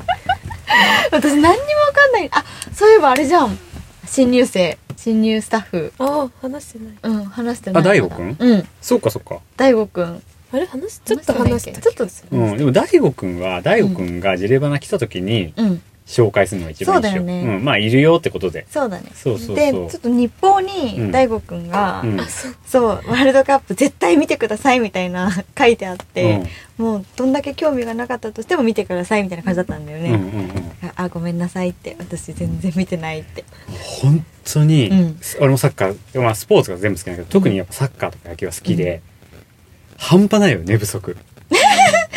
[SPEAKER 3] 私何にもわかんない。あ、そういえばあれじゃん。新入生、新入スタッフ。
[SPEAKER 2] あ話してない
[SPEAKER 3] うん、話してない。
[SPEAKER 1] あ大悟くん
[SPEAKER 3] うん。
[SPEAKER 1] そうかそうか
[SPEAKER 3] 大悟くん。
[SPEAKER 2] あれ話ちょっと話して
[SPEAKER 3] ちょっと、
[SPEAKER 1] うんでも大悟くんは大悟くんがジレバナ来た時に
[SPEAKER 3] うん。
[SPEAKER 1] 紹介するのが一番いいでしょ
[SPEAKER 3] そうだよね
[SPEAKER 1] ん、まあいるよってことで
[SPEAKER 3] そうだね。
[SPEAKER 1] そうそうそう
[SPEAKER 3] でちょっと日報に大悟くんが、
[SPEAKER 1] うん
[SPEAKER 2] あそう
[SPEAKER 3] そうワールドカップ絶対見てくださいみたいな書いてあって、
[SPEAKER 1] うん
[SPEAKER 3] もうどんだけ興味がなかったとしても見てくださいみたいな感じだったんだよ
[SPEAKER 1] うん
[SPEAKER 3] ね、
[SPEAKER 1] うんうん
[SPEAKER 3] ああごめんなさいって私全然見てないって
[SPEAKER 1] 本当に、
[SPEAKER 3] うん
[SPEAKER 1] 俺もサッカー、まあ、スポーツが全部好きなんだけど特にやっぱサッカーとか野球は好きで、半端ないよ寝不足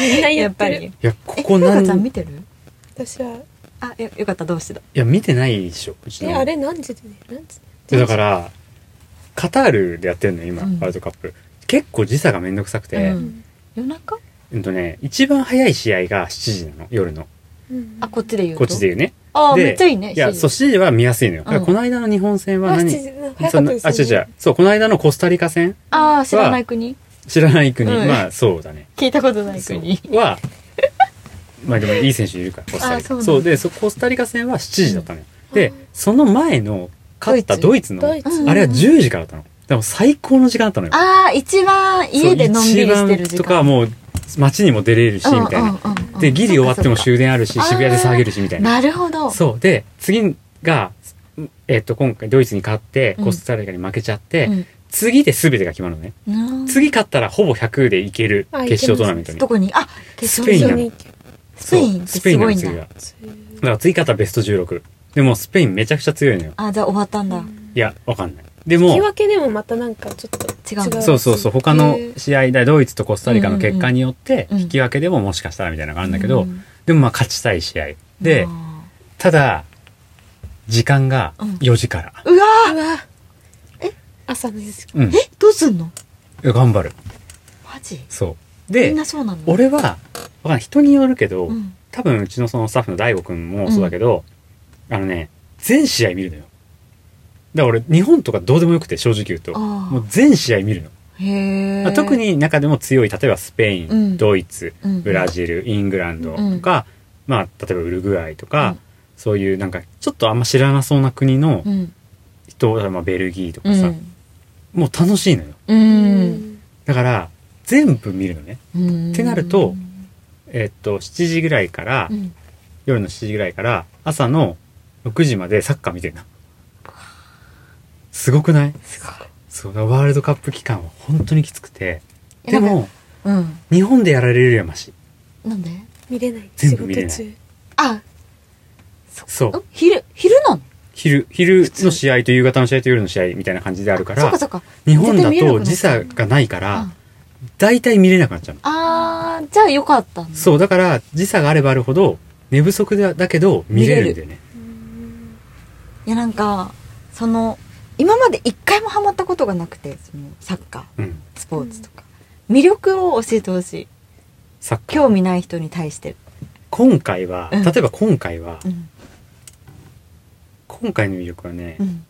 [SPEAKER 2] みんな言
[SPEAKER 3] や
[SPEAKER 2] っ
[SPEAKER 3] っ
[SPEAKER 2] て
[SPEAKER 3] ぱ
[SPEAKER 2] る
[SPEAKER 3] り
[SPEAKER 1] いやこ
[SPEAKER 3] え
[SPEAKER 1] こ
[SPEAKER 3] ゆか
[SPEAKER 1] 何
[SPEAKER 3] ちゃん見
[SPEAKER 1] い
[SPEAKER 3] てる
[SPEAKER 2] 私は
[SPEAKER 3] あよよかった同志だ
[SPEAKER 1] や見てないでしょうちの
[SPEAKER 2] えあれ何時でね何時
[SPEAKER 1] でだからカタールでやってるの今、
[SPEAKER 3] うん
[SPEAKER 1] ワールドカップ結構時差がめんどくさくて、
[SPEAKER 3] う
[SPEAKER 1] うんん、
[SPEAKER 3] 夜中
[SPEAKER 1] とね一番早い試合が7時なの夜の
[SPEAKER 2] うん
[SPEAKER 3] あこっちで言う
[SPEAKER 1] ことっちで言うね
[SPEAKER 3] あー
[SPEAKER 1] で
[SPEAKER 3] めっちゃいいね
[SPEAKER 1] いやそう
[SPEAKER 3] し
[SPEAKER 1] 7時は見やすいのよ、だから
[SPEAKER 3] うん
[SPEAKER 1] この間の日本戦は
[SPEAKER 2] あ7
[SPEAKER 1] 何
[SPEAKER 2] 時な早かったです
[SPEAKER 1] あ
[SPEAKER 2] よ
[SPEAKER 1] 違う違うそうこの間のコスタリカ戦
[SPEAKER 3] ああ知らない国
[SPEAKER 1] 知らない国、
[SPEAKER 3] うん
[SPEAKER 1] まあそうだね
[SPEAKER 3] 聞いたことない
[SPEAKER 1] そ
[SPEAKER 3] 国
[SPEAKER 1] うは まあでもいい選手いるからコスタリ
[SPEAKER 3] あ
[SPEAKER 1] カ
[SPEAKER 3] そう
[SPEAKER 1] そ
[SPEAKER 3] な
[SPEAKER 1] うん
[SPEAKER 3] だ
[SPEAKER 1] でそコスタリカ戦は7時だったのよ、
[SPEAKER 2] うん
[SPEAKER 1] でその前の勝ったドイツの
[SPEAKER 2] ドイツ
[SPEAKER 1] あれは10時からだったのでも最高の時間だったのよ
[SPEAKER 3] ああ一番家でのんびりしてる時間
[SPEAKER 1] そう一番とかもう街にも出れるしみたいな、
[SPEAKER 3] うんうんうんうん
[SPEAKER 1] でギリ終わっても終電あるし
[SPEAKER 3] そっかそっ
[SPEAKER 1] 渋
[SPEAKER 3] か
[SPEAKER 1] 谷で騒げるしみたいな
[SPEAKER 3] なるほど
[SPEAKER 1] そうで次がえっと今回ドイツに勝って
[SPEAKER 3] うん
[SPEAKER 1] コスタリカに負けちゃって、
[SPEAKER 3] うん
[SPEAKER 1] 次で全てが決まるのね、
[SPEAKER 3] なあ
[SPEAKER 1] 次勝ったらほぼ100でいける
[SPEAKER 2] あ
[SPEAKER 1] 決勝トーナメントに
[SPEAKER 3] どこにあ決
[SPEAKER 1] スペイン
[SPEAKER 3] 勝
[SPEAKER 1] な
[SPEAKER 3] 戦
[SPEAKER 1] の
[SPEAKER 2] に
[SPEAKER 1] そ
[SPEAKER 3] スペ
[SPEAKER 1] う
[SPEAKER 3] インって
[SPEAKER 1] スペインなの
[SPEAKER 3] すごい
[SPEAKER 1] 次
[SPEAKER 3] んだ
[SPEAKER 1] がだから次勝ったらベスト16でもスペインめちゃくちゃ強いのよ
[SPEAKER 3] あじゃあ終わったんだ
[SPEAKER 1] いやわかんないで
[SPEAKER 2] 引
[SPEAKER 1] も
[SPEAKER 2] き分けでもまたなんかちょっと
[SPEAKER 3] 違
[SPEAKER 2] 違
[SPEAKER 3] う
[SPEAKER 2] う
[SPEAKER 3] の
[SPEAKER 1] そうそうそう他の試合でドイツとコスタリカの結果によって
[SPEAKER 3] うんうんうん
[SPEAKER 1] 引き分けでももしかしたらみたいなのがあるんだけど、
[SPEAKER 3] う
[SPEAKER 1] でもまあ勝ちたい試合で、
[SPEAKER 3] あ
[SPEAKER 1] ただ時間が
[SPEAKER 3] うん
[SPEAKER 1] 4時から、
[SPEAKER 3] ーうわ
[SPEAKER 2] うわ朝のです
[SPEAKER 1] うん、
[SPEAKER 3] ーどうすんの
[SPEAKER 1] 頑張る
[SPEAKER 3] マジ
[SPEAKER 1] そう
[SPEAKER 3] み
[SPEAKER 1] で
[SPEAKER 3] んなそうなの
[SPEAKER 1] 俺はわかんない人によるけど、
[SPEAKER 3] うん
[SPEAKER 1] 多分うちのそのスタッフの大悟くんもそうだけど、あのね全試合見るのよだから俺日本とかどうでもよくて正直言うと
[SPEAKER 3] あ
[SPEAKER 1] もう全試合見るの、
[SPEAKER 3] ーへ
[SPEAKER 1] まあ
[SPEAKER 3] え
[SPEAKER 1] 特に中でも強い例えばスペイン、
[SPEAKER 3] うん
[SPEAKER 1] ドイツブラ
[SPEAKER 3] ル
[SPEAKER 1] ジルイングランドとか、まあ例えばウルグアイとか、
[SPEAKER 3] うん
[SPEAKER 1] そういうなんかちょっとあんま知らなそうな国の
[SPEAKER 3] うん
[SPEAKER 1] 人、まあ、ベルギーと
[SPEAKER 3] う
[SPEAKER 1] かさ、
[SPEAKER 3] ん
[SPEAKER 1] もう楽しいのよ
[SPEAKER 3] う
[SPEAKER 2] うん
[SPEAKER 1] だから全部見るのね
[SPEAKER 3] うん
[SPEAKER 1] ってなるとえっと7時ぐらいから、
[SPEAKER 3] うん
[SPEAKER 1] 夜の7時ぐらいから朝の6時までサッカー見てるのすごくない
[SPEAKER 3] すごい
[SPEAKER 1] そうだワールドカップ期間は本当にきつくて
[SPEAKER 3] え
[SPEAKER 1] でも
[SPEAKER 3] うん
[SPEAKER 1] 日本でやられるよりはマシ
[SPEAKER 3] なんで
[SPEAKER 2] 見れない
[SPEAKER 1] 全部見れない
[SPEAKER 2] 仕事中
[SPEAKER 3] あ
[SPEAKER 1] そう
[SPEAKER 3] うん昼昼なの
[SPEAKER 1] 昼昼の試合と夕方の試合と夜の試合みたいな感じであるか
[SPEAKER 3] そっ
[SPEAKER 1] ら
[SPEAKER 3] かそっか
[SPEAKER 1] 日本だ
[SPEAKER 3] 絶対見れなく
[SPEAKER 1] と
[SPEAKER 3] なっ
[SPEAKER 1] 時
[SPEAKER 3] ちゃう
[SPEAKER 1] 差がないから、
[SPEAKER 3] うん
[SPEAKER 1] 大体見れなくなっちゃうの、
[SPEAKER 3] あーじゃあよかったんだ
[SPEAKER 1] そうだから時差があればあるほど寝不足だだけど見れるんだよね
[SPEAKER 3] いやなんかその今まで一回もハマったことがなくてそのサッカ
[SPEAKER 1] うん
[SPEAKER 3] ースポーツとか、魅力を教えてほしい
[SPEAKER 1] サッカー
[SPEAKER 3] 興味ない人に対して、
[SPEAKER 1] 今回は、
[SPEAKER 3] うん
[SPEAKER 1] 例えば今回は、
[SPEAKER 3] うん
[SPEAKER 1] 今回の魅力はね
[SPEAKER 3] う、ん、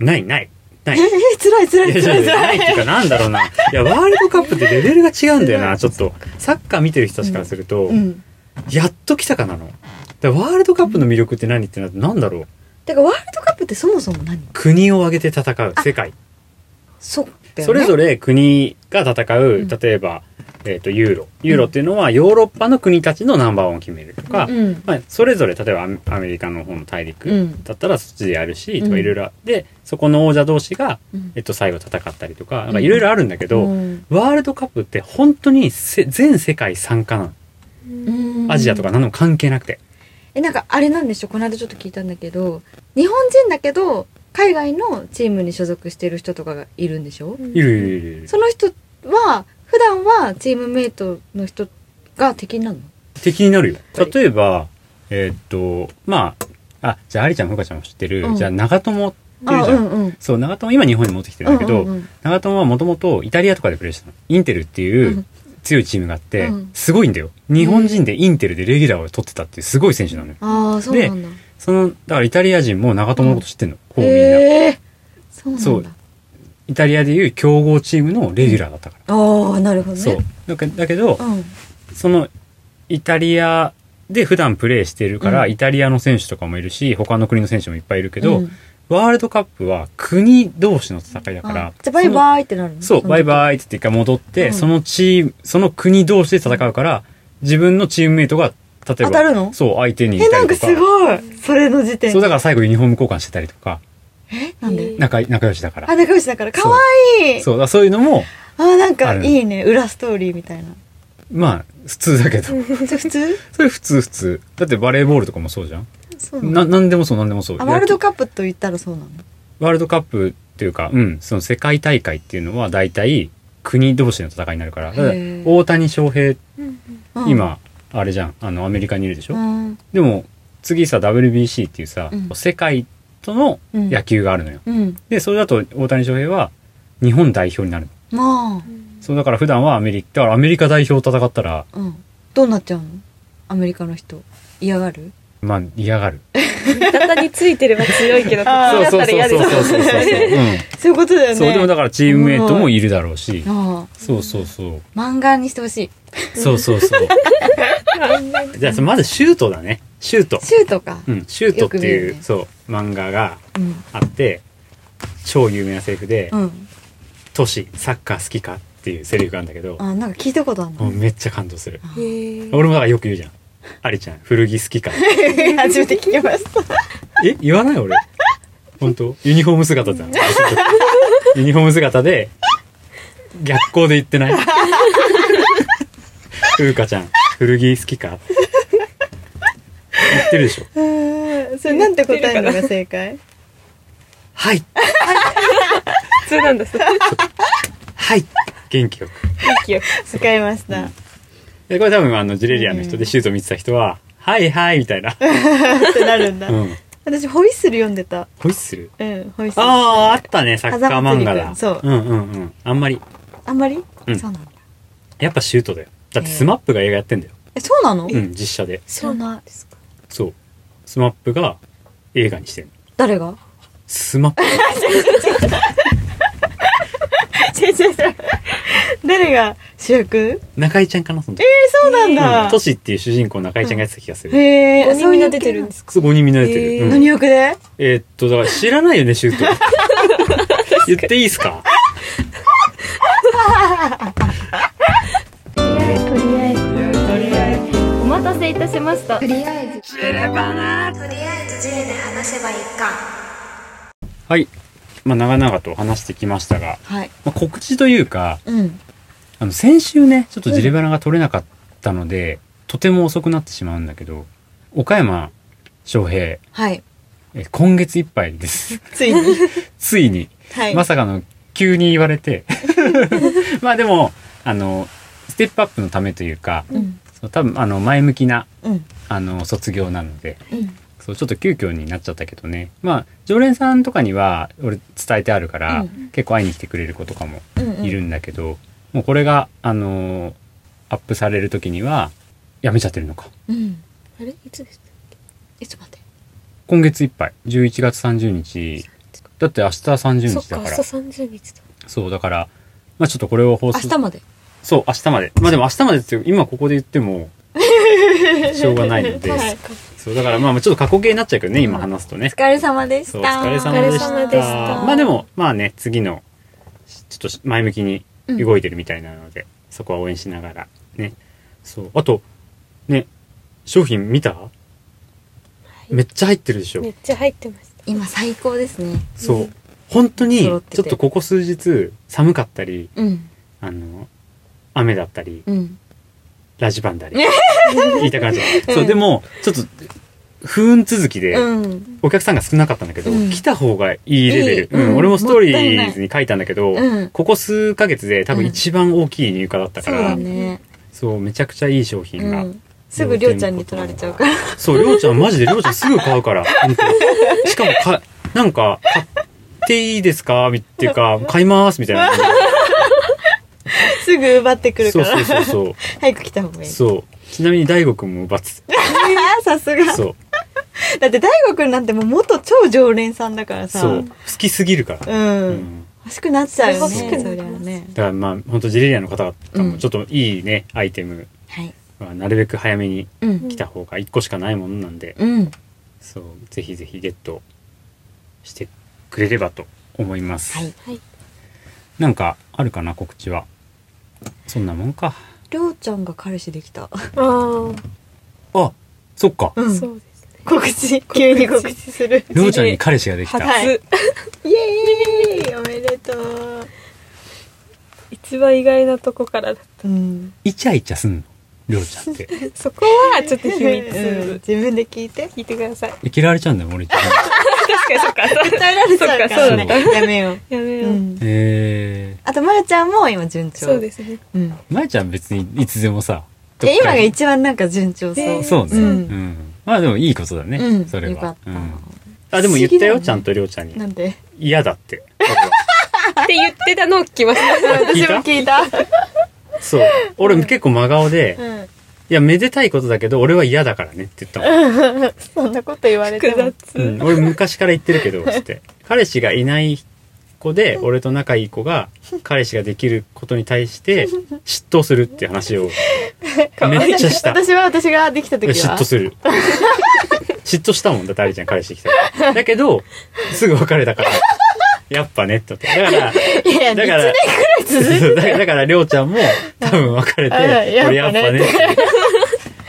[SPEAKER 1] ないないな
[SPEAKER 3] え
[SPEAKER 1] い
[SPEAKER 3] ー、 辛い辛
[SPEAKER 1] い
[SPEAKER 3] い
[SPEAKER 1] やい
[SPEAKER 3] 辛
[SPEAKER 1] や
[SPEAKER 3] い
[SPEAKER 1] いやない
[SPEAKER 3] 辛い
[SPEAKER 1] っていうかなんだろうないやワールドカップってレベルが違うんだよなちょっとサッカー見てる人たちからすると、
[SPEAKER 3] うん
[SPEAKER 1] やっと来たかなのだからワールドカップの魅力って何ってなってなんだろう
[SPEAKER 3] てかワールドカップってそもそも何
[SPEAKER 1] 国を挙げて戦う世界
[SPEAKER 3] そうだよね
[SPEAKER 1] それぞれ国が戦う、
[SPEAKER 3] うん
[SPEAKER 1] 例えば、えー、とユーロユーロっていうのはヨーロッパの国たちのナンバーワンを決めるとか、
[SPEAKER 3] うん
[SPEAKER 1] まあ、それぞれ例えばアメアメリカの方の大陸
[SPEAKER 3] うん
[SPEAKER 1] だったらそっちでやるし、
[SPEAKER 3] うん
[SPEAKER 1] とかいろいろあってそこの王者同士が、
[SPEAKER 3] うん
[SPEAKER 1] えっと最後戦ったりとかなんかいろいろあるんだけど、
[SPEAKER 3] うん
[SPEAKER 1] ワールドカップって本当にせ全世界参加なの
[SPEAKER 3] うん
[SPEAKER 1] アジアとか何でも関係なくて、
[SPEAKER 3] えなんかあれなんでしょこの間ちょっと聞いたんだけど日本人だけど海外のチームに所属してる人とかがいるんでしょ
[SPEAKER 1] いるいるいるいる
[SPEAKER 3] その人は普段はチームメイトの人が敵になるの
[SPEAKER 1] 敵になるよ
[SPEAKER 3] はい
[SPEAKER 1] 例えばえーっとまああじゃあありちゃんもふかちゃんも知ってる、
[SPEAKER 3] うん
[SPEAKER 1] じゃあ長友っていうじゃん、
[SPEAKER 3] うんうん
[SPEAKER 1] そう長友今日本に戻ってきてるんだけど、
[SPEAKER 3] うんうんうん
[SPEAKER 1] 長友はもともとイタリアとかでプレーしてたのインテルっていううん強いチームがあって、
[SPEAKER 3] うん
[SPEAKER 1] すごいんだよ日本人でインテルでレギュラーを取ってたっていうすごい選手なのよ
[SPEAKER 3] ああそうなんだ
[SPEAKER 1] そのだからイタリア人も長友のこと知ってんの、こうみんな、
[SPEAKER 3] へえそうなんだ
[SPEAKER 1] そうイタリアでいう強豪チームのレギュラーだったから、
[SPEAKER 3] ああなるほどね
[SPEAKER 1] そうだけだけど、
[SPEAKER 3] うん
[SPEAKER 1] そのイタリアで普段プレーしてるから、
[SPEAKER 3] うん
[SPEAKER 1] イタリアの選手とかもいるし他の国の選手もいっぱいいるけど、
[SPEAKER 3] うん
[SPEAKER 1] ワールドカップは国同士の戦いだから、
[SPEAKER 3] あじゃあバイバイってなるの
[SPEAKER 1] そう、バイ
[SPEAKER 3] イ
[SPEAKER 1] バイって言って一回戻って、
[SPEAKER 3] うん
[SPEAKER 1] そのチーム、その国同士で戦うから、自分のチームメイトが、例えば、
[SPEAKER 3] 当たるの
[SPEAKER 1] そう、相手にい
[SPEAKER 3] え
[SPEAKER 1] た
[SPEAKER 3] な
[SPEAKER 1] り
[SPEAKER 3] ん
[SPEAKER 1] と
[SPEAKER 3] か
[SPEAKER 1] か。
[SPEAKER 3] すごいそれの時点
[SPEAKER 1] そう、だから最後ユニフォーム交換してたりとか、
[SPEAKER 3] えなんで
[SPEAKER 1] 仲い、仲良しだから。
[SPEAKER 3] あ仲良しだからかわいい
[SPEAKER 1] そう、だからそういうのも、
[SPEAKER 3] あーなん
[SPEAKER 1] あ
[SPEAKER 3] か
[SPEAKER 1] る
[SPEAKER 3] いいね裏ストーリーみたいな
[SPEAKER 1] まあ、普通だけど。
[SPEAKER 3] それ普通
[SPEAKER 1] それ普通普通。だってバレーボールとかもそうじゃん。
[SPEAKER 3] そうな
[SPEAKER 1] な、
[SPEAKER 3] の
[SPEAKER 1] なんでもそう、なんでもそう。
[SPEAKER 3] あワールド
[SPEAKER 1] 野
[SPEAKER 3] カップと言ったらそうなの
[SPEAKER 1] 球ワールドカップっていうか、うん、その世界大会っていうのは大体、国同士の戦いになるからだから
[SPEAKER 3] へー
[SPEAKER 1] 大谷翔平
[SPEAKER 3] うん
[SPEAKER 1] 今あれじゃんあのアメリカにいるでしょ、
[SPEAKER 3] うん
[SPEAKER 1] でも次さ WBC っていうさ、
[SPEAKER 3] うん
[SPEAKER 1] 世界との野球があるのよ、
[SPEAKER 3] うん
[SPEAKER 1] でそれだと大谷翔平は日本代表になる
[SPEAKER 3] まあ
[SPEAKER 1] そうだから普段はアメリカだからアメリカ代表戦ったら
[SPEAKER 3] うんどうなっちゃうのアメリカの人嫌がる
[SPEAKER 1] まあ嫌がる
[SPEAKER 2] 味方についてれば強いけど敵
[SPEAKER 3] あー
[SPEAKER 2] だったら嫌です
[SPEAKER 1] そうそうそうそうそうそう、
[SPEAKER 3] そういうことだよ
[SPEAKER 1] う
[SPEAKER 3] ね
[SPEAKER 1] ん、そうでもだからチームメイトもいるだろうし
[SPEAKER 3] あ
[SPEAKER 1] そうそうそう
[SPEAKER 3] あ漫画にしてほしい
[SPEAKER 1] そうそう そうじゃあまずシュートだねシュート
[SPEAKER 3] シュートか
[SPEAKER 1] うん、シュートって
[SPEAKER 3] よく見
[SPEAKER 1] い
[SPEAKER 3] る
[SPEAKER 1] う、
[SPEAKER 3] ね
[SPEAKER 1] そう漫画が
[SPEAKER 3] うん
[SPEAKER 1] あって超有名なセリフで
[SPEAKER 3] うん
[SPEAKER 1] 「トシサッカー好きか?」っていうセリフがあるんだけど、
[SPEAKER 3] あなんか聞いたことある
[SPEAKER 1] もう
[SPEAKER 3] の
[SPEAKER 1] めっちゃ感動する、
[SPEAKER 2] へー
[SPEAKER 1] 俺もだからよく言うじゃん「アリちゃん古着好きか?
[SPEAKER 3] 初めて聞きま した」
[SPEAKER 1] え言わない俺本当ユニフォーム姿だ ユニフォーム姿で逆光で言ってない「風花ちゃん古着好きか?」言ってるでしょ
[SPEAKER 3] それなんて答えるのが正解
[SPEAKER 1] 「はい
[SPEAKER 2] 普通なんだそう
[SPEAKER 1] はい元気よく」
[SPEAKER 2] 元気よく
[SPEAKER 3] 使いま した
[SPEAKER 1] でこれ多分あのジュレリアの人でシュート見てた人は「はいはい」みたいな「
[SPEAKER 3] ってなるんだ
[SPEAKER 1] うん、
[SPEAKER 3] 私ホイッスル読んでた
[SPEAKER 1] ホイッスル
[SPEAKER 3] うんホイッ」スル
[SPEAKER 1] あああったねサッカー漫画
[SPEAKER 3] 風祭りく
[SPEAKER 1] だ
[SPEAKER 3] んそう
[SPEAKER 1] うんうんうんあんまり
[SPEAKER 3] あんまり
[SPEAKER 1] うん
[SPEAKER 3] そうなんだ
[SPEAKER 1] やっぱシュートだよだって
[SPEAKER 3] えー
[SPEAKER 1] スマップが映画やってんだよ、
[SPEAKER 3] えそうなの
[SPEAKER 1] うん実写で
[SPEAKER 3] そうな
[SPEAKER 1] そうスマップが映画にしてる
[SPEAKER 3] 誰が
[SPEAKER 1] スマッ プ
[SPEAKER 3] 違う違う違う誰が主役
[SPEAKER 1] 中井ちゃんかなその時、
[SPEAKER 3] そうなん
[SPEAKER 1] うん
[SPEAKER 3] だ
[SPEAKER 1] トシっていう主人公の中井ちゃんがやってた気がする、
[SPEAKER 3] へえ
[SPEAKER 2] 5人みんな出てるんですか
[SPEAKER 1] すごいみんな出てる、うん
[SPEAKER 3] 何役で
[SPEAKER 1] えーっとだから知らないよねシュー ト言っていいっすか
[SPEAKER 5] お待たせいたしました
[SPEAKER 1] はいまあ長々と話してきましたが、
[SPEAKER 3] はい
[SPEAKER 1] まあ、告知というか
[SPEAKER 3] うん
[SPEAKER 1] あの先週ねちょっとジレバナが取れなかったので、とても遅くなってしまうんだけど岡山翔平
[SPEAKER 3] はい
[SPEAKER 1] え今月いっぱいです
[SPEAKER 3] ついに
[SPEAKER 1] ついに、
[SPEAKER 3] はい
[SPEAKER 1] まさかの急に言われて まあでもあのステップアップのためというか、
[SPEAKER 3] うん
[SPEAKER 1] そう多分あの前向きな
[SPEAKER 3] うん
[SPEAKER 1] あの卒業なので、
[SPEAKER 3] うん
[SPEAKER 1] そうちょっと急遽になっちゃったけどねまあ常連さんとかには俺伝えてあるから、
[SPEAKER 3] う
[SPEAKER 1] 結構会いに来てくれる子とかも
[SPEAKER 3] うん
[SPEAKER 1] いるんだけど、もうこれが、あのーアップされる時にはやめちゃってるのか
[SPEAKER 3] うん
[SPEAKER 2] あれいつでした
[SPEAKER 3] えちょっと待って
[SPEAKER 1] 今月いっぱい11月30日だって明日30
[SPEAKER 2] そっ
[SPEAKER 1] 日だ
[SPEAKER 2] か明
[SPEAKER 1] か
[SPEAKER 2] 日
[SPEAKER 1] ら
[SPEAKER 2] 30日だ
[SPEAKER 1] そうだからまあちょっとこれを放
[SPEAKER 3] 明
[SPEAKER 1] 送
[SPEAKER 3] 日まで
[SPEAKER 1] そう明日までまあでも明日までって今ここで言って もしょうがないので、
[SPEAKER 2] はい
[SPEAKER 1] そうだからまあちょっと過去形になっちゃうけどね今話すとね、
[SPEAKER 3] お疲れ様でし
[SPEAKER 1] そうお疲れ様でした
[SPEAKER 2] お疲れ様でした
[SPEAKER 1] まあでもまあね次のちょっと前向きに動いてるみたいなので、そこは応援しながらねそうあとね商品見ためっちゃ入ってるでしょ、
[SPEAKER 2] めっちゃ入ってました
[SPEAKER 3] 今最高ですね
[SPEAKER 1] そう本当にち
[SPEAKER 3] 揃
[SPEAKER 1] ょ
[SPEAKER 3] っ
[SPEAKER 1] って
[SPEAKER 3] て
[SPEAKER 1] とここ数日寒かったり
[SPEAKER 3] うん
[SPEAKER 1] あの雨だったり
[SPEAKER 3] うん
[SPEAKER 1] ラジバンだり言いたくなっちゃうそうでもちょっと不運続きで、
[SPEAKER 3] うん
[SPEAKER 1] お客さんが少なかったんだけど、
[SPEAKER 3] うん
[SPEAKER 1] 来た方がいいレベル
[SPEAKER 3] いいうん
[SPEAKER 1] うん、俺もストーリーズに書いたんだけど、
[SPEAKER 3] うん
[SPEAKER 1] ここ数ヶ月で多分一番大きい入荷だったか
[SPEAKER 3] そう
[SPEAKER 1] ら、
[SPEAKER 3] だね
[SPEAKER 1] そうめちゃくちゃいい商品
[SPEAKER 3] う
[SPEAKER 1] が、
[SPEAKER 3] んすぐりょうちゃんに取られちゃうから
[SPEAKER 1] そうりょうちゃんマジでりょうちゃんすぐ買うから本 当しかもかなんか買っていいですかっていうか買いますみたいな
[SPEAKER 3] すぐ奪ってくるか
[SPEAKER 1] そう
[SPEAKER 3] ら
[SPEAKER 1] そうそうそ
[SPEAKER 3] 早く来た方が
[SPEAKER 1] う
[SPEAKER 3] いい
[SPEAKER 1] そうちなみに大悟くんも奪って
[SPEAKER 3] あ ーさすが
[SPEAKER 1] たそう
[SPEAKER 3] だって大悟くんなんてもう元超常連さんだからさ
[SPEAKER 1] そう好きすぎるから、
[SPEAKER 3] うん、
[SPEAKER 1] うん
[SPEAKER 3] 欲しくなっちゃうよね
[SPEAKER 2] 欲しくな
[SPEAKER 3] そ
[SPEAKER 2] り
[SPEAKER 3] りゃ
[SPEAKER 2] ます
[SPEAKER 3] ね
[SPEAKER 1] だからまあ本当ジレリアの方々
[SPEAKER 3] う
[SPEAKER 1] も
[SPEAKER 3] ん
[SPEAKER 1] ちょっといいね、アイテム
[SPEAKER 3] はい
[SPEAKER 1] はなるべく早めに
[SPEAKER 3] うん
[SPEAKER 1] 来た方が1個しかないものなんで、
[SPEAKER 3] うん
[SPEAKER 1] そうぜひぜひゲットしてくれればと思います、
[SPEAKER 3] はい
[SPEAKER 2] はい
[SPEAKER 1] なんかあるかな告知はそんなもんか
[SPEAKER 3] りょうちゃんが彼氏できた
[SPEAKER 2] あ
[SPEAKER 1] あそっか
[SPEAKER 3] う
[SPEAKER 2] あ
[SPEAKER 3] ん
[SPEAKER 2] そうですね
[SPEAKER 3] 告知急に告知する
[SPEAKER 1] りょうちゃんに彼氏ができた、
[SPEAKER 3] はい
[SPEAKER 2] 初
[SPEAKER 3] イエーイおめでとう
[SPEAKER 2] 一番意外なとこからだっ
[SPEAKER 3] うん、
[SPEAKER 1] イチャイチャすんのりょうちゃんって
[SPEAKER 2] たそこはちょっと秘
[SPEAKER 3] うん
[SPEAKER 2] 密
[SPEAKER 3] 自分で聞いて
[SPEAKER 2] 聞いてください
[SPEAKER 1] え嫌われちゃうんだよ 俺一番
[SPEAKER 2] 確かにそっか
[SPEAKER 3] 耐えられちゃうから
[SPEAKER 2] そっかそう
[SPEAKER 1] だ
[SPEAKER 3] やめよ
[SPEAKER 2] やめ
[SPEAKER 3] う、
[SPEAKER 2] よう
[SPEAKER 1] え
[SPEAKER 3] あとまるちゃんも今順調
[SPEAKER 2] そうですね
[SPEAKER 3] うん
[SPEAKER 1] まえちゃん別にいつでもさ、どっ
[SPEAKER 3] え
[SPEAKER 1] か
[SPEAKER 3] 今が一番なんか順調そう、
[SPEAKER 2] ね
[SPEAKER 1] そうね。
[SPEAKER 3] うん
[SPEAKER 1] うん。まあでもいいことだね。
[SPEAKER 3] うん
[SPEAKER 1] それは。
[SPEAKER 3] よかった
[SPEAKER 1] うんあ、でも言ったよ、ちゃんとりょうちゃんに
[SPEAKER 3] な。んで
[SPEAKER 1] 嫌だって。
[SPEAKER 2] って言ってたのを聞きました
[SPEAKER 1] 聞いた
[SPEAKER 3] 聞いた
[SPEAKER 1] そう。俺も結構真顔で、
[SPEAKER 3] ん
[SPEAKER 1] いや、めでたいことだけど、俺は嫌だからねって言ったの。
[SPEAKER 6] そんなこと言われて
[SPEAKER 2] 複
[SPEAKER 6] も。
[SPEAKER 2] 雑、
[SPEAKER 1] うん、俺昔から言ってるけど、つって。彼氏がいない子で、俺と仲いい子が、彼氏ができることに対して、嫉妬するって話を、めっちゃした。
[SPEAKER 6] 私は私ができた時
[SPEAKER 1] 嫉
[SPEAKER 6] は
[SPEAKER 1] 妬。する嫉妬したもんだってありちゃん彼氏来たからだけどすぐ別れたからやっぱねってだから
[SPEAKER 6] いや、
[SPEAKER 1] だからそうだからだからりょうちゃんも多分別れて
[SPEAKER 6] うん
[SPEAKER 1] 俺
[SPEAKER 6] や
[SPEAKER 1] や
[SPEAKER 6] っ
[SPEAKER 1] っ
[SPEAKER 6] ぱ
[SPEAKER 1] ぱ
[SPEAKER 6] ね
[SPEAKER 1] ねって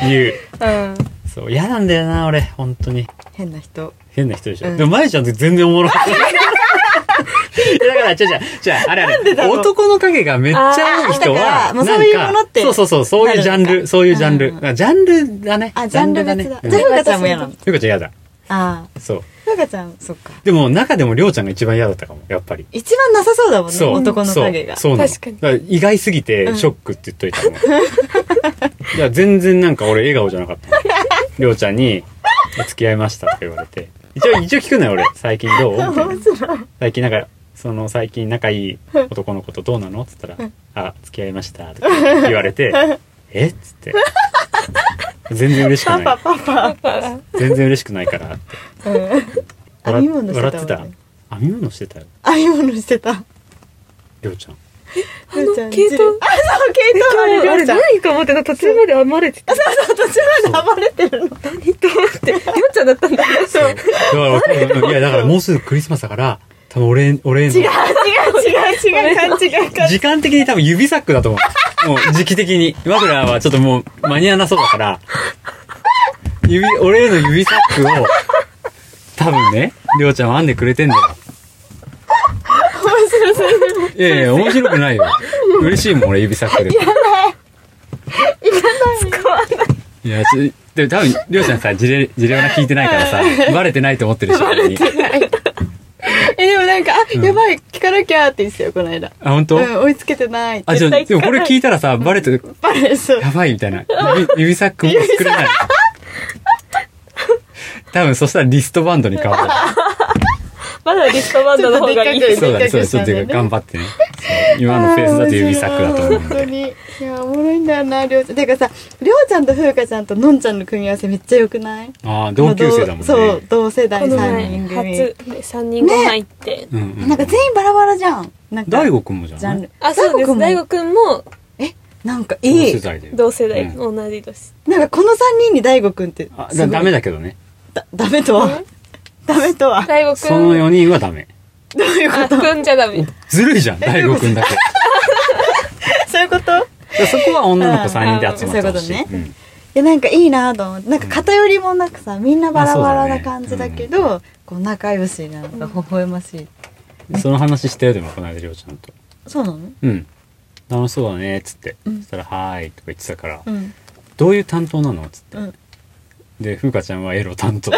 [SPEAKER 1] 言う
[SPEAKER 3] うん
[SPEAKER 1] そう嫌なんだよな俺本当に
[SPEAKER 3] 変な人
[SPEAKER 1] 変な人でしょ、
[SPEAKER 3] うん
[SPEAKER 1] でもまゆちゃんって全然おもろかったい やだから、じゃじゃじゃあれあれ、男の影がめっちゃ多い人
[SPEAKER 3] あーだから
[SPEAKER 1] は、
[SPEAKER 3] もう
[SPEAKER 1] なん
[SPEAKER 3] そういうものって
[SPEAKER 1] そうそうそう、そういうジャン
[SPEAKER 3] なるの
[SPEAKER 1] ル、そういうジャンル。
[SPEAKER 3] うん
[SPEAKER 1] ジャンルだね。
[SPEAKER 3] あジャンル別だ
[SPEAKER 1] ジ
[SPEAKER 3] じ
[SPEAKER 1] ね
[SPEAKER 3] ゃあふうかちゃんも嫌なの
[SPEAKER 1] うん。ゆうかちゃん嫌だ。
[SPEAKER 3] あ
[SPEAKER 1] そう。
[SPEAKER 3] あふうかちゃんそっか
[SPEAKER 1] でも中でもりょうちゃんが一番嫌だったかも、やっぱり。
[SPEAKER 3] 一番なさそうだもんね
[SPEAKER 1] そう。
[SPEAKER 3] 男の影が
[SPEAKER 1] そうそうなの
[SPEAKER 2] 確かに
[SPEAKER 1] だら意外すぎてショックって言っといたもん。 いや、全然なんか俺笑顔じゃなか ったもん。りょうちゃんに、付き合いましたって言われて。一応、一応聞くのよ、俺。最近どうみたいな。最近なんか、その最近仲いい男の子とどうなのって言ったら、あ、付き合いましたとか言われて、えっつって。全然嬉しくない。
[SPEAKER 2] パパ
[SPEAKER 1] 全然嬉しくないからって。
[SPEAKER 3] 編み物して
[SPEAKER 1] 笑
[SPEAKER 3] たわ
[SPEAKER 1] っ
[SPEAKER 3] ね
[SPEAKER 1] てた。編み物してたよ、
[SPEAKER 3] 編み物してた
[SPEAKER 1] りょうちゃん。
[SPEAKER 3] ふうちゃん
[SPEAKER 2] 系統
[SPEAKER 3] あそう系統あるようちゃん
[SPEAKER 2] 何か思ってた途中まで編まれてた
[SPEAKER 3] 途中まで暴れてるの
[SPEAKER 2] 何と思ってりょうちゃんだったんだ
[SPEAKER 1] そう。だから多分、いや、だからもうすぐクリスマスだから、多分俺、俺への。
[SPEAKER 3] 違う違う勘違い
[SPEAKER 1] 時間的に多分指サックだと思う。 もう時期的に。マフラーはちょっともう間に合わなそうだから、指、俺への指サックを、多分ね、りょうちゃんは編んでくれてんだよ。面白すぎる。いやいや、面白くないよ。嬉しいもん、俺指サックで。いらない。いらない。使わない。いや、ちでも多分、りょうちゃんさ、事例、事例は聞いてないから さ、バレてないと思ってるでしょ、俺に
[SPEAKER 3] えでもなんかあ
[SPEAKER 1] うん
[SPEAKER 3] やばい聞かなきゃって言ってたよこの間
[SPEAKER 1] あ、本当、
[SPEAKER 3] うん追いつけてないって
[SPEAKER 1] あ、じゃあ、でもこれ聞いたらさ、バレて、
[SPEAKER 3] バレそう
[SPEAKER 1] やばいみたいな。指指サックも作れ ない。多分そしたらリストバンドに変わ る。
[SPEAKER 2] まだリストバンドの方がいい
[SPEAKER 3] ちょっとでっかく
[SPEAKER 1] そうだね、そうだね、ちょっと頑張ってね。そう今のペースだと指サックだと思うん
[SPEAKER 3] あー面
[SPEAKER 1] で。
[SPEAKER 3] 白い本当にいやおもろいんだよなりょうちゃんてかさりょうちゃんとふうかちゃんとのんちゃんの組み合わせめっちゃ良くない
[SPEAKER 1] ああ、同級生だもんね。
[SPEAKER 3] そう。同世代
[SPEAKER 2] この
[SPEAKER 3] 3
[SPEAKER 2] 前
[SPEAKER 3] 人組、
[SPEAKER 2] 初3人ご飯行って、
[SPEAKER 1] うんう
[SPEAKER 3] なん
[SPEAKER 1] ん。
[SPEAKER 3] か全員バラバラじゃんなんか
[SPEAKER 1] 大悟くんもじゃ
[SPEAKER 3] ジャ
[SPEAKER 1] な
[SPEAKER 3] ン
[SPEAKER 1] い
[SPEAKER 3] ル
[SPEAKER 2] あそうです大
[SPEAKER 3] 大
[SPEAKER 2] 悟
[SPEAKER 3] 悟
[SPEAKER 2] くんも
[SPEAKER 3] なんか
[SPEAKER 1] 同
[SPEAKER 3] い
[SPEAKER 1] 世
[SPEAKER 3] い
[SPEAKER 1] 代で。
[SPEAKER 2] 同世代
[SPEAKER 1] う
[SPEAKER 2] 同じ年
[SPEAKER 3] なんかこの3人に大悟くんって
[SPEAKER 1] あ、
[SPEAKER 3] すご
[SPEAKER 1] だ
[SPEAKER 3] い
[SPEAKER 1] ダメだけどね。
[SPEAKER 3] だダメとはダメとは
[SPEAKER 2] 大悟くん
[SPEAKER 1] その4人はダメ。
[SPEAKER 3] どういうこ
[SPEAKER 2] あくんじゃダメ
[SPEAKER 1] ずるいじゃん、大悟くんだけ。
[SPEAKER 3] とそういうこと
[SPEAKER 1] でそこは女の子3人で集まってほし
[SPEAKER 3] うん
[SPEAKER 1] い。
[SPEAKER 3] あーそういうこと
[SPEAKER 1] うん
[SPEAKER 3] いやなんかいいなと思ってなんか偏りもなくさみんなバラバラな感じだけど、こう仲良しなのが微笑ましい、
[SPEAKER 1] その話したよ、でもこの間、りょうちゃんと。
[SPEAKER 3] そうなの
[SPEAKER 1] うん。楽しそうだね、つって。
[SPEAKER 3] う
[SPEAKER 1] そ
[SPEAKER 3] ん
[SPEAKER 1] したら、はーい、とか言ってたから。
[SPEAKER 3] うん
[SPEAKER 1] どういう担当なのつって、
[SPEAKER 3] うん
[SPEAKER 1] で風花ちゃんはエロ担 当
[SPEAKER 2] 違う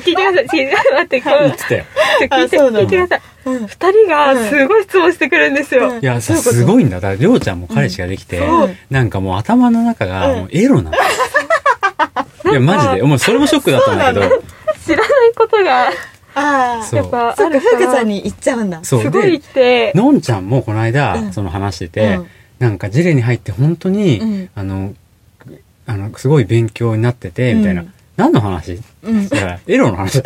[SPEAKER 2] 聞いてください聞いて待ってこう
[SPEAKER 1] 言ってたよ
[SPEAKER 2] ちょっと聞いて
[SPEAKER 3] あそうな
[SPEAKER 2] 聞
[SPEAKER 3] の
[SPEAKER 2] いてください
[SPEAKER 3] うん
[SPEAKER 2] 二人がすごい質問してくるんですよ
[SPEAKER 3] うん
[SPEAKER 1] いやさ
[SPEAKER 3] そういうこと
[SPEAKER 1] すごいんだだからりょうちゃんも彼氏ができて、
[SPEAKER 3] そう
[SPEAKER 1] なんかもう頭の中がもうエロなの、いやマジでもうそれもショックだったんだけど
[SPEAKER 2] 知らないことが
[SPEAKER 3] ああ
[SPEAKER 1] そう
[SPEAKER 2] やっぱあ
[SPEAKER 3] そっか
[SPEAKER 2] る
[SPEAKER 3] ふう
[SPEAKER 2] か
[SPEAKER 3] かちゃ
[SPEAKER 2] ら
[SPEAKER 3] んに行っちゃうんだ
[SPEAKER 1] そう
[SPEAKER 2] すごい
[SPEAKER 1] で
[SPEAKER 2] 来て
[SPEAKER 1] のんちゃんもこの間、
[SPEAKER 3] うん
[SPEAKER 1] その話してて、
[SPEAKER 3] うん
[SPEAKER 1] なんかジレに入って本当に、
[SPEAKER 3] うん
[SPEAKER 1] あのあのすごい勉強になっててみたいな、
[SPEAKER 3] うん
[SPEAKER 1] 何の話
[SPEAKER 3] うん
[SPEAKER 1] だからエロの話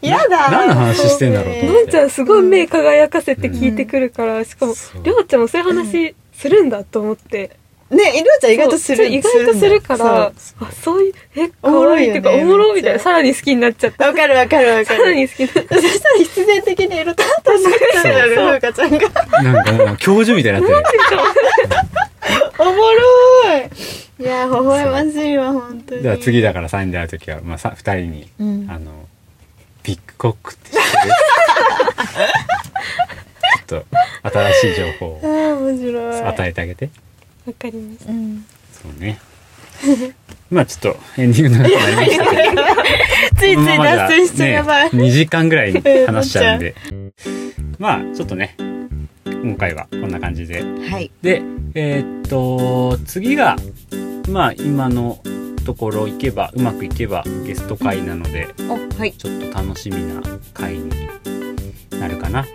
[SPEAKER 3] やだ
[SPEAKER 1] 何の話してんだろうと思って
[SPEAKER 2] のんちゃんすごい目輝かせて聞いてくるからしかも
[SPEAKER 1] そう
[SPEAKER 2] りょうちゃんもそういう話するんだと思って
[SPEAKER 3] ねえりょうちゃん意外とす
[SPEAKER 2] そう
[SPEAKER 3] る
[SPEAKER 2] 意外とするか
[SPEAKER 3] そう
[SPEAKER 2] らあそういうえ
[SPEAKER 3] おも
[SPEAKER 2] 可
[SPEAKER 3] ろ
[SPEAKER 2] 愛
[SPEAKER 3] い
[SPEAKER 2] い
[SPEAKER 3] よ
[SPEAKER 2] っ
[SPEAKER 3] ね
[SPEAKER 2] ていうかおもろみたいなさらに好きになっちゃった
[SPEAKER 3] わかるわかるわか
[SPEAKER 2] さ
[SPEAKER 3] る
[SPEAKER 2] らに好きになっちゃっ
[SPEAKER 3] そしたら必然的にエロ担当になっちゃうよねふうかちゃんが
[SPEAKER 1] なんかもう教授みたいになってる
[SPEAKER 3] おもろいいや微笑ましいわ本当に
[SPEAKER 1] だから次だから3人で会う時は、まあ、さ2人に、
[SPEAKER 3] うん
[SPEAKER 1] あのビッグコックって知ってる ちょっと新しい情報
[SPEAKER 3] あ
[SPEAKER 1] を
[SPEAKER 3] あ面白い
[SPEAKER 1] 与えてあげて
[SPEAKER 2] たわかりました
[SPEAKER 3] うん
[SPEAKER 1] そうねまあちょっとエンディングの話になりましたけど
[SPEAKER 3] ついつい脱線しちゃうやばい。
[SPEAKER 1] 2時間ぐらい話しちゃ うんでまあちょっとね今回はこんな感じで
[SPEAKER 3] はい。
[SPEAKER 1] でえーっと次がまあ今のところいけばうまくいけばゲスト会なので
[SPEAKER 3] お、はい。
[SPEAKER 1] ちょっと楽しみな回になるかな、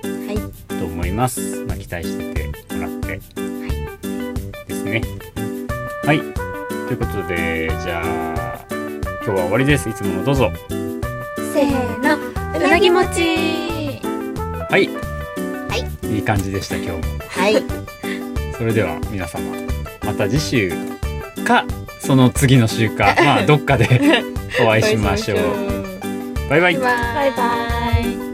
[SPEAKER 1] と思います、まあ、期待しててもらって、ですねはいということでじゃあ今日は終わりですいつものどうぞ
[SPEAKER 7] せーのうなぎもち
[SPEAKER 1] はい、い、い感じでした今日も
[SPEAKER 3] はい。
[SPEAKER 1] それでは皆様また次週かその次の週 かまあどっかでお会いしましょうバイバイ
[SPEAKER 7] バイバイ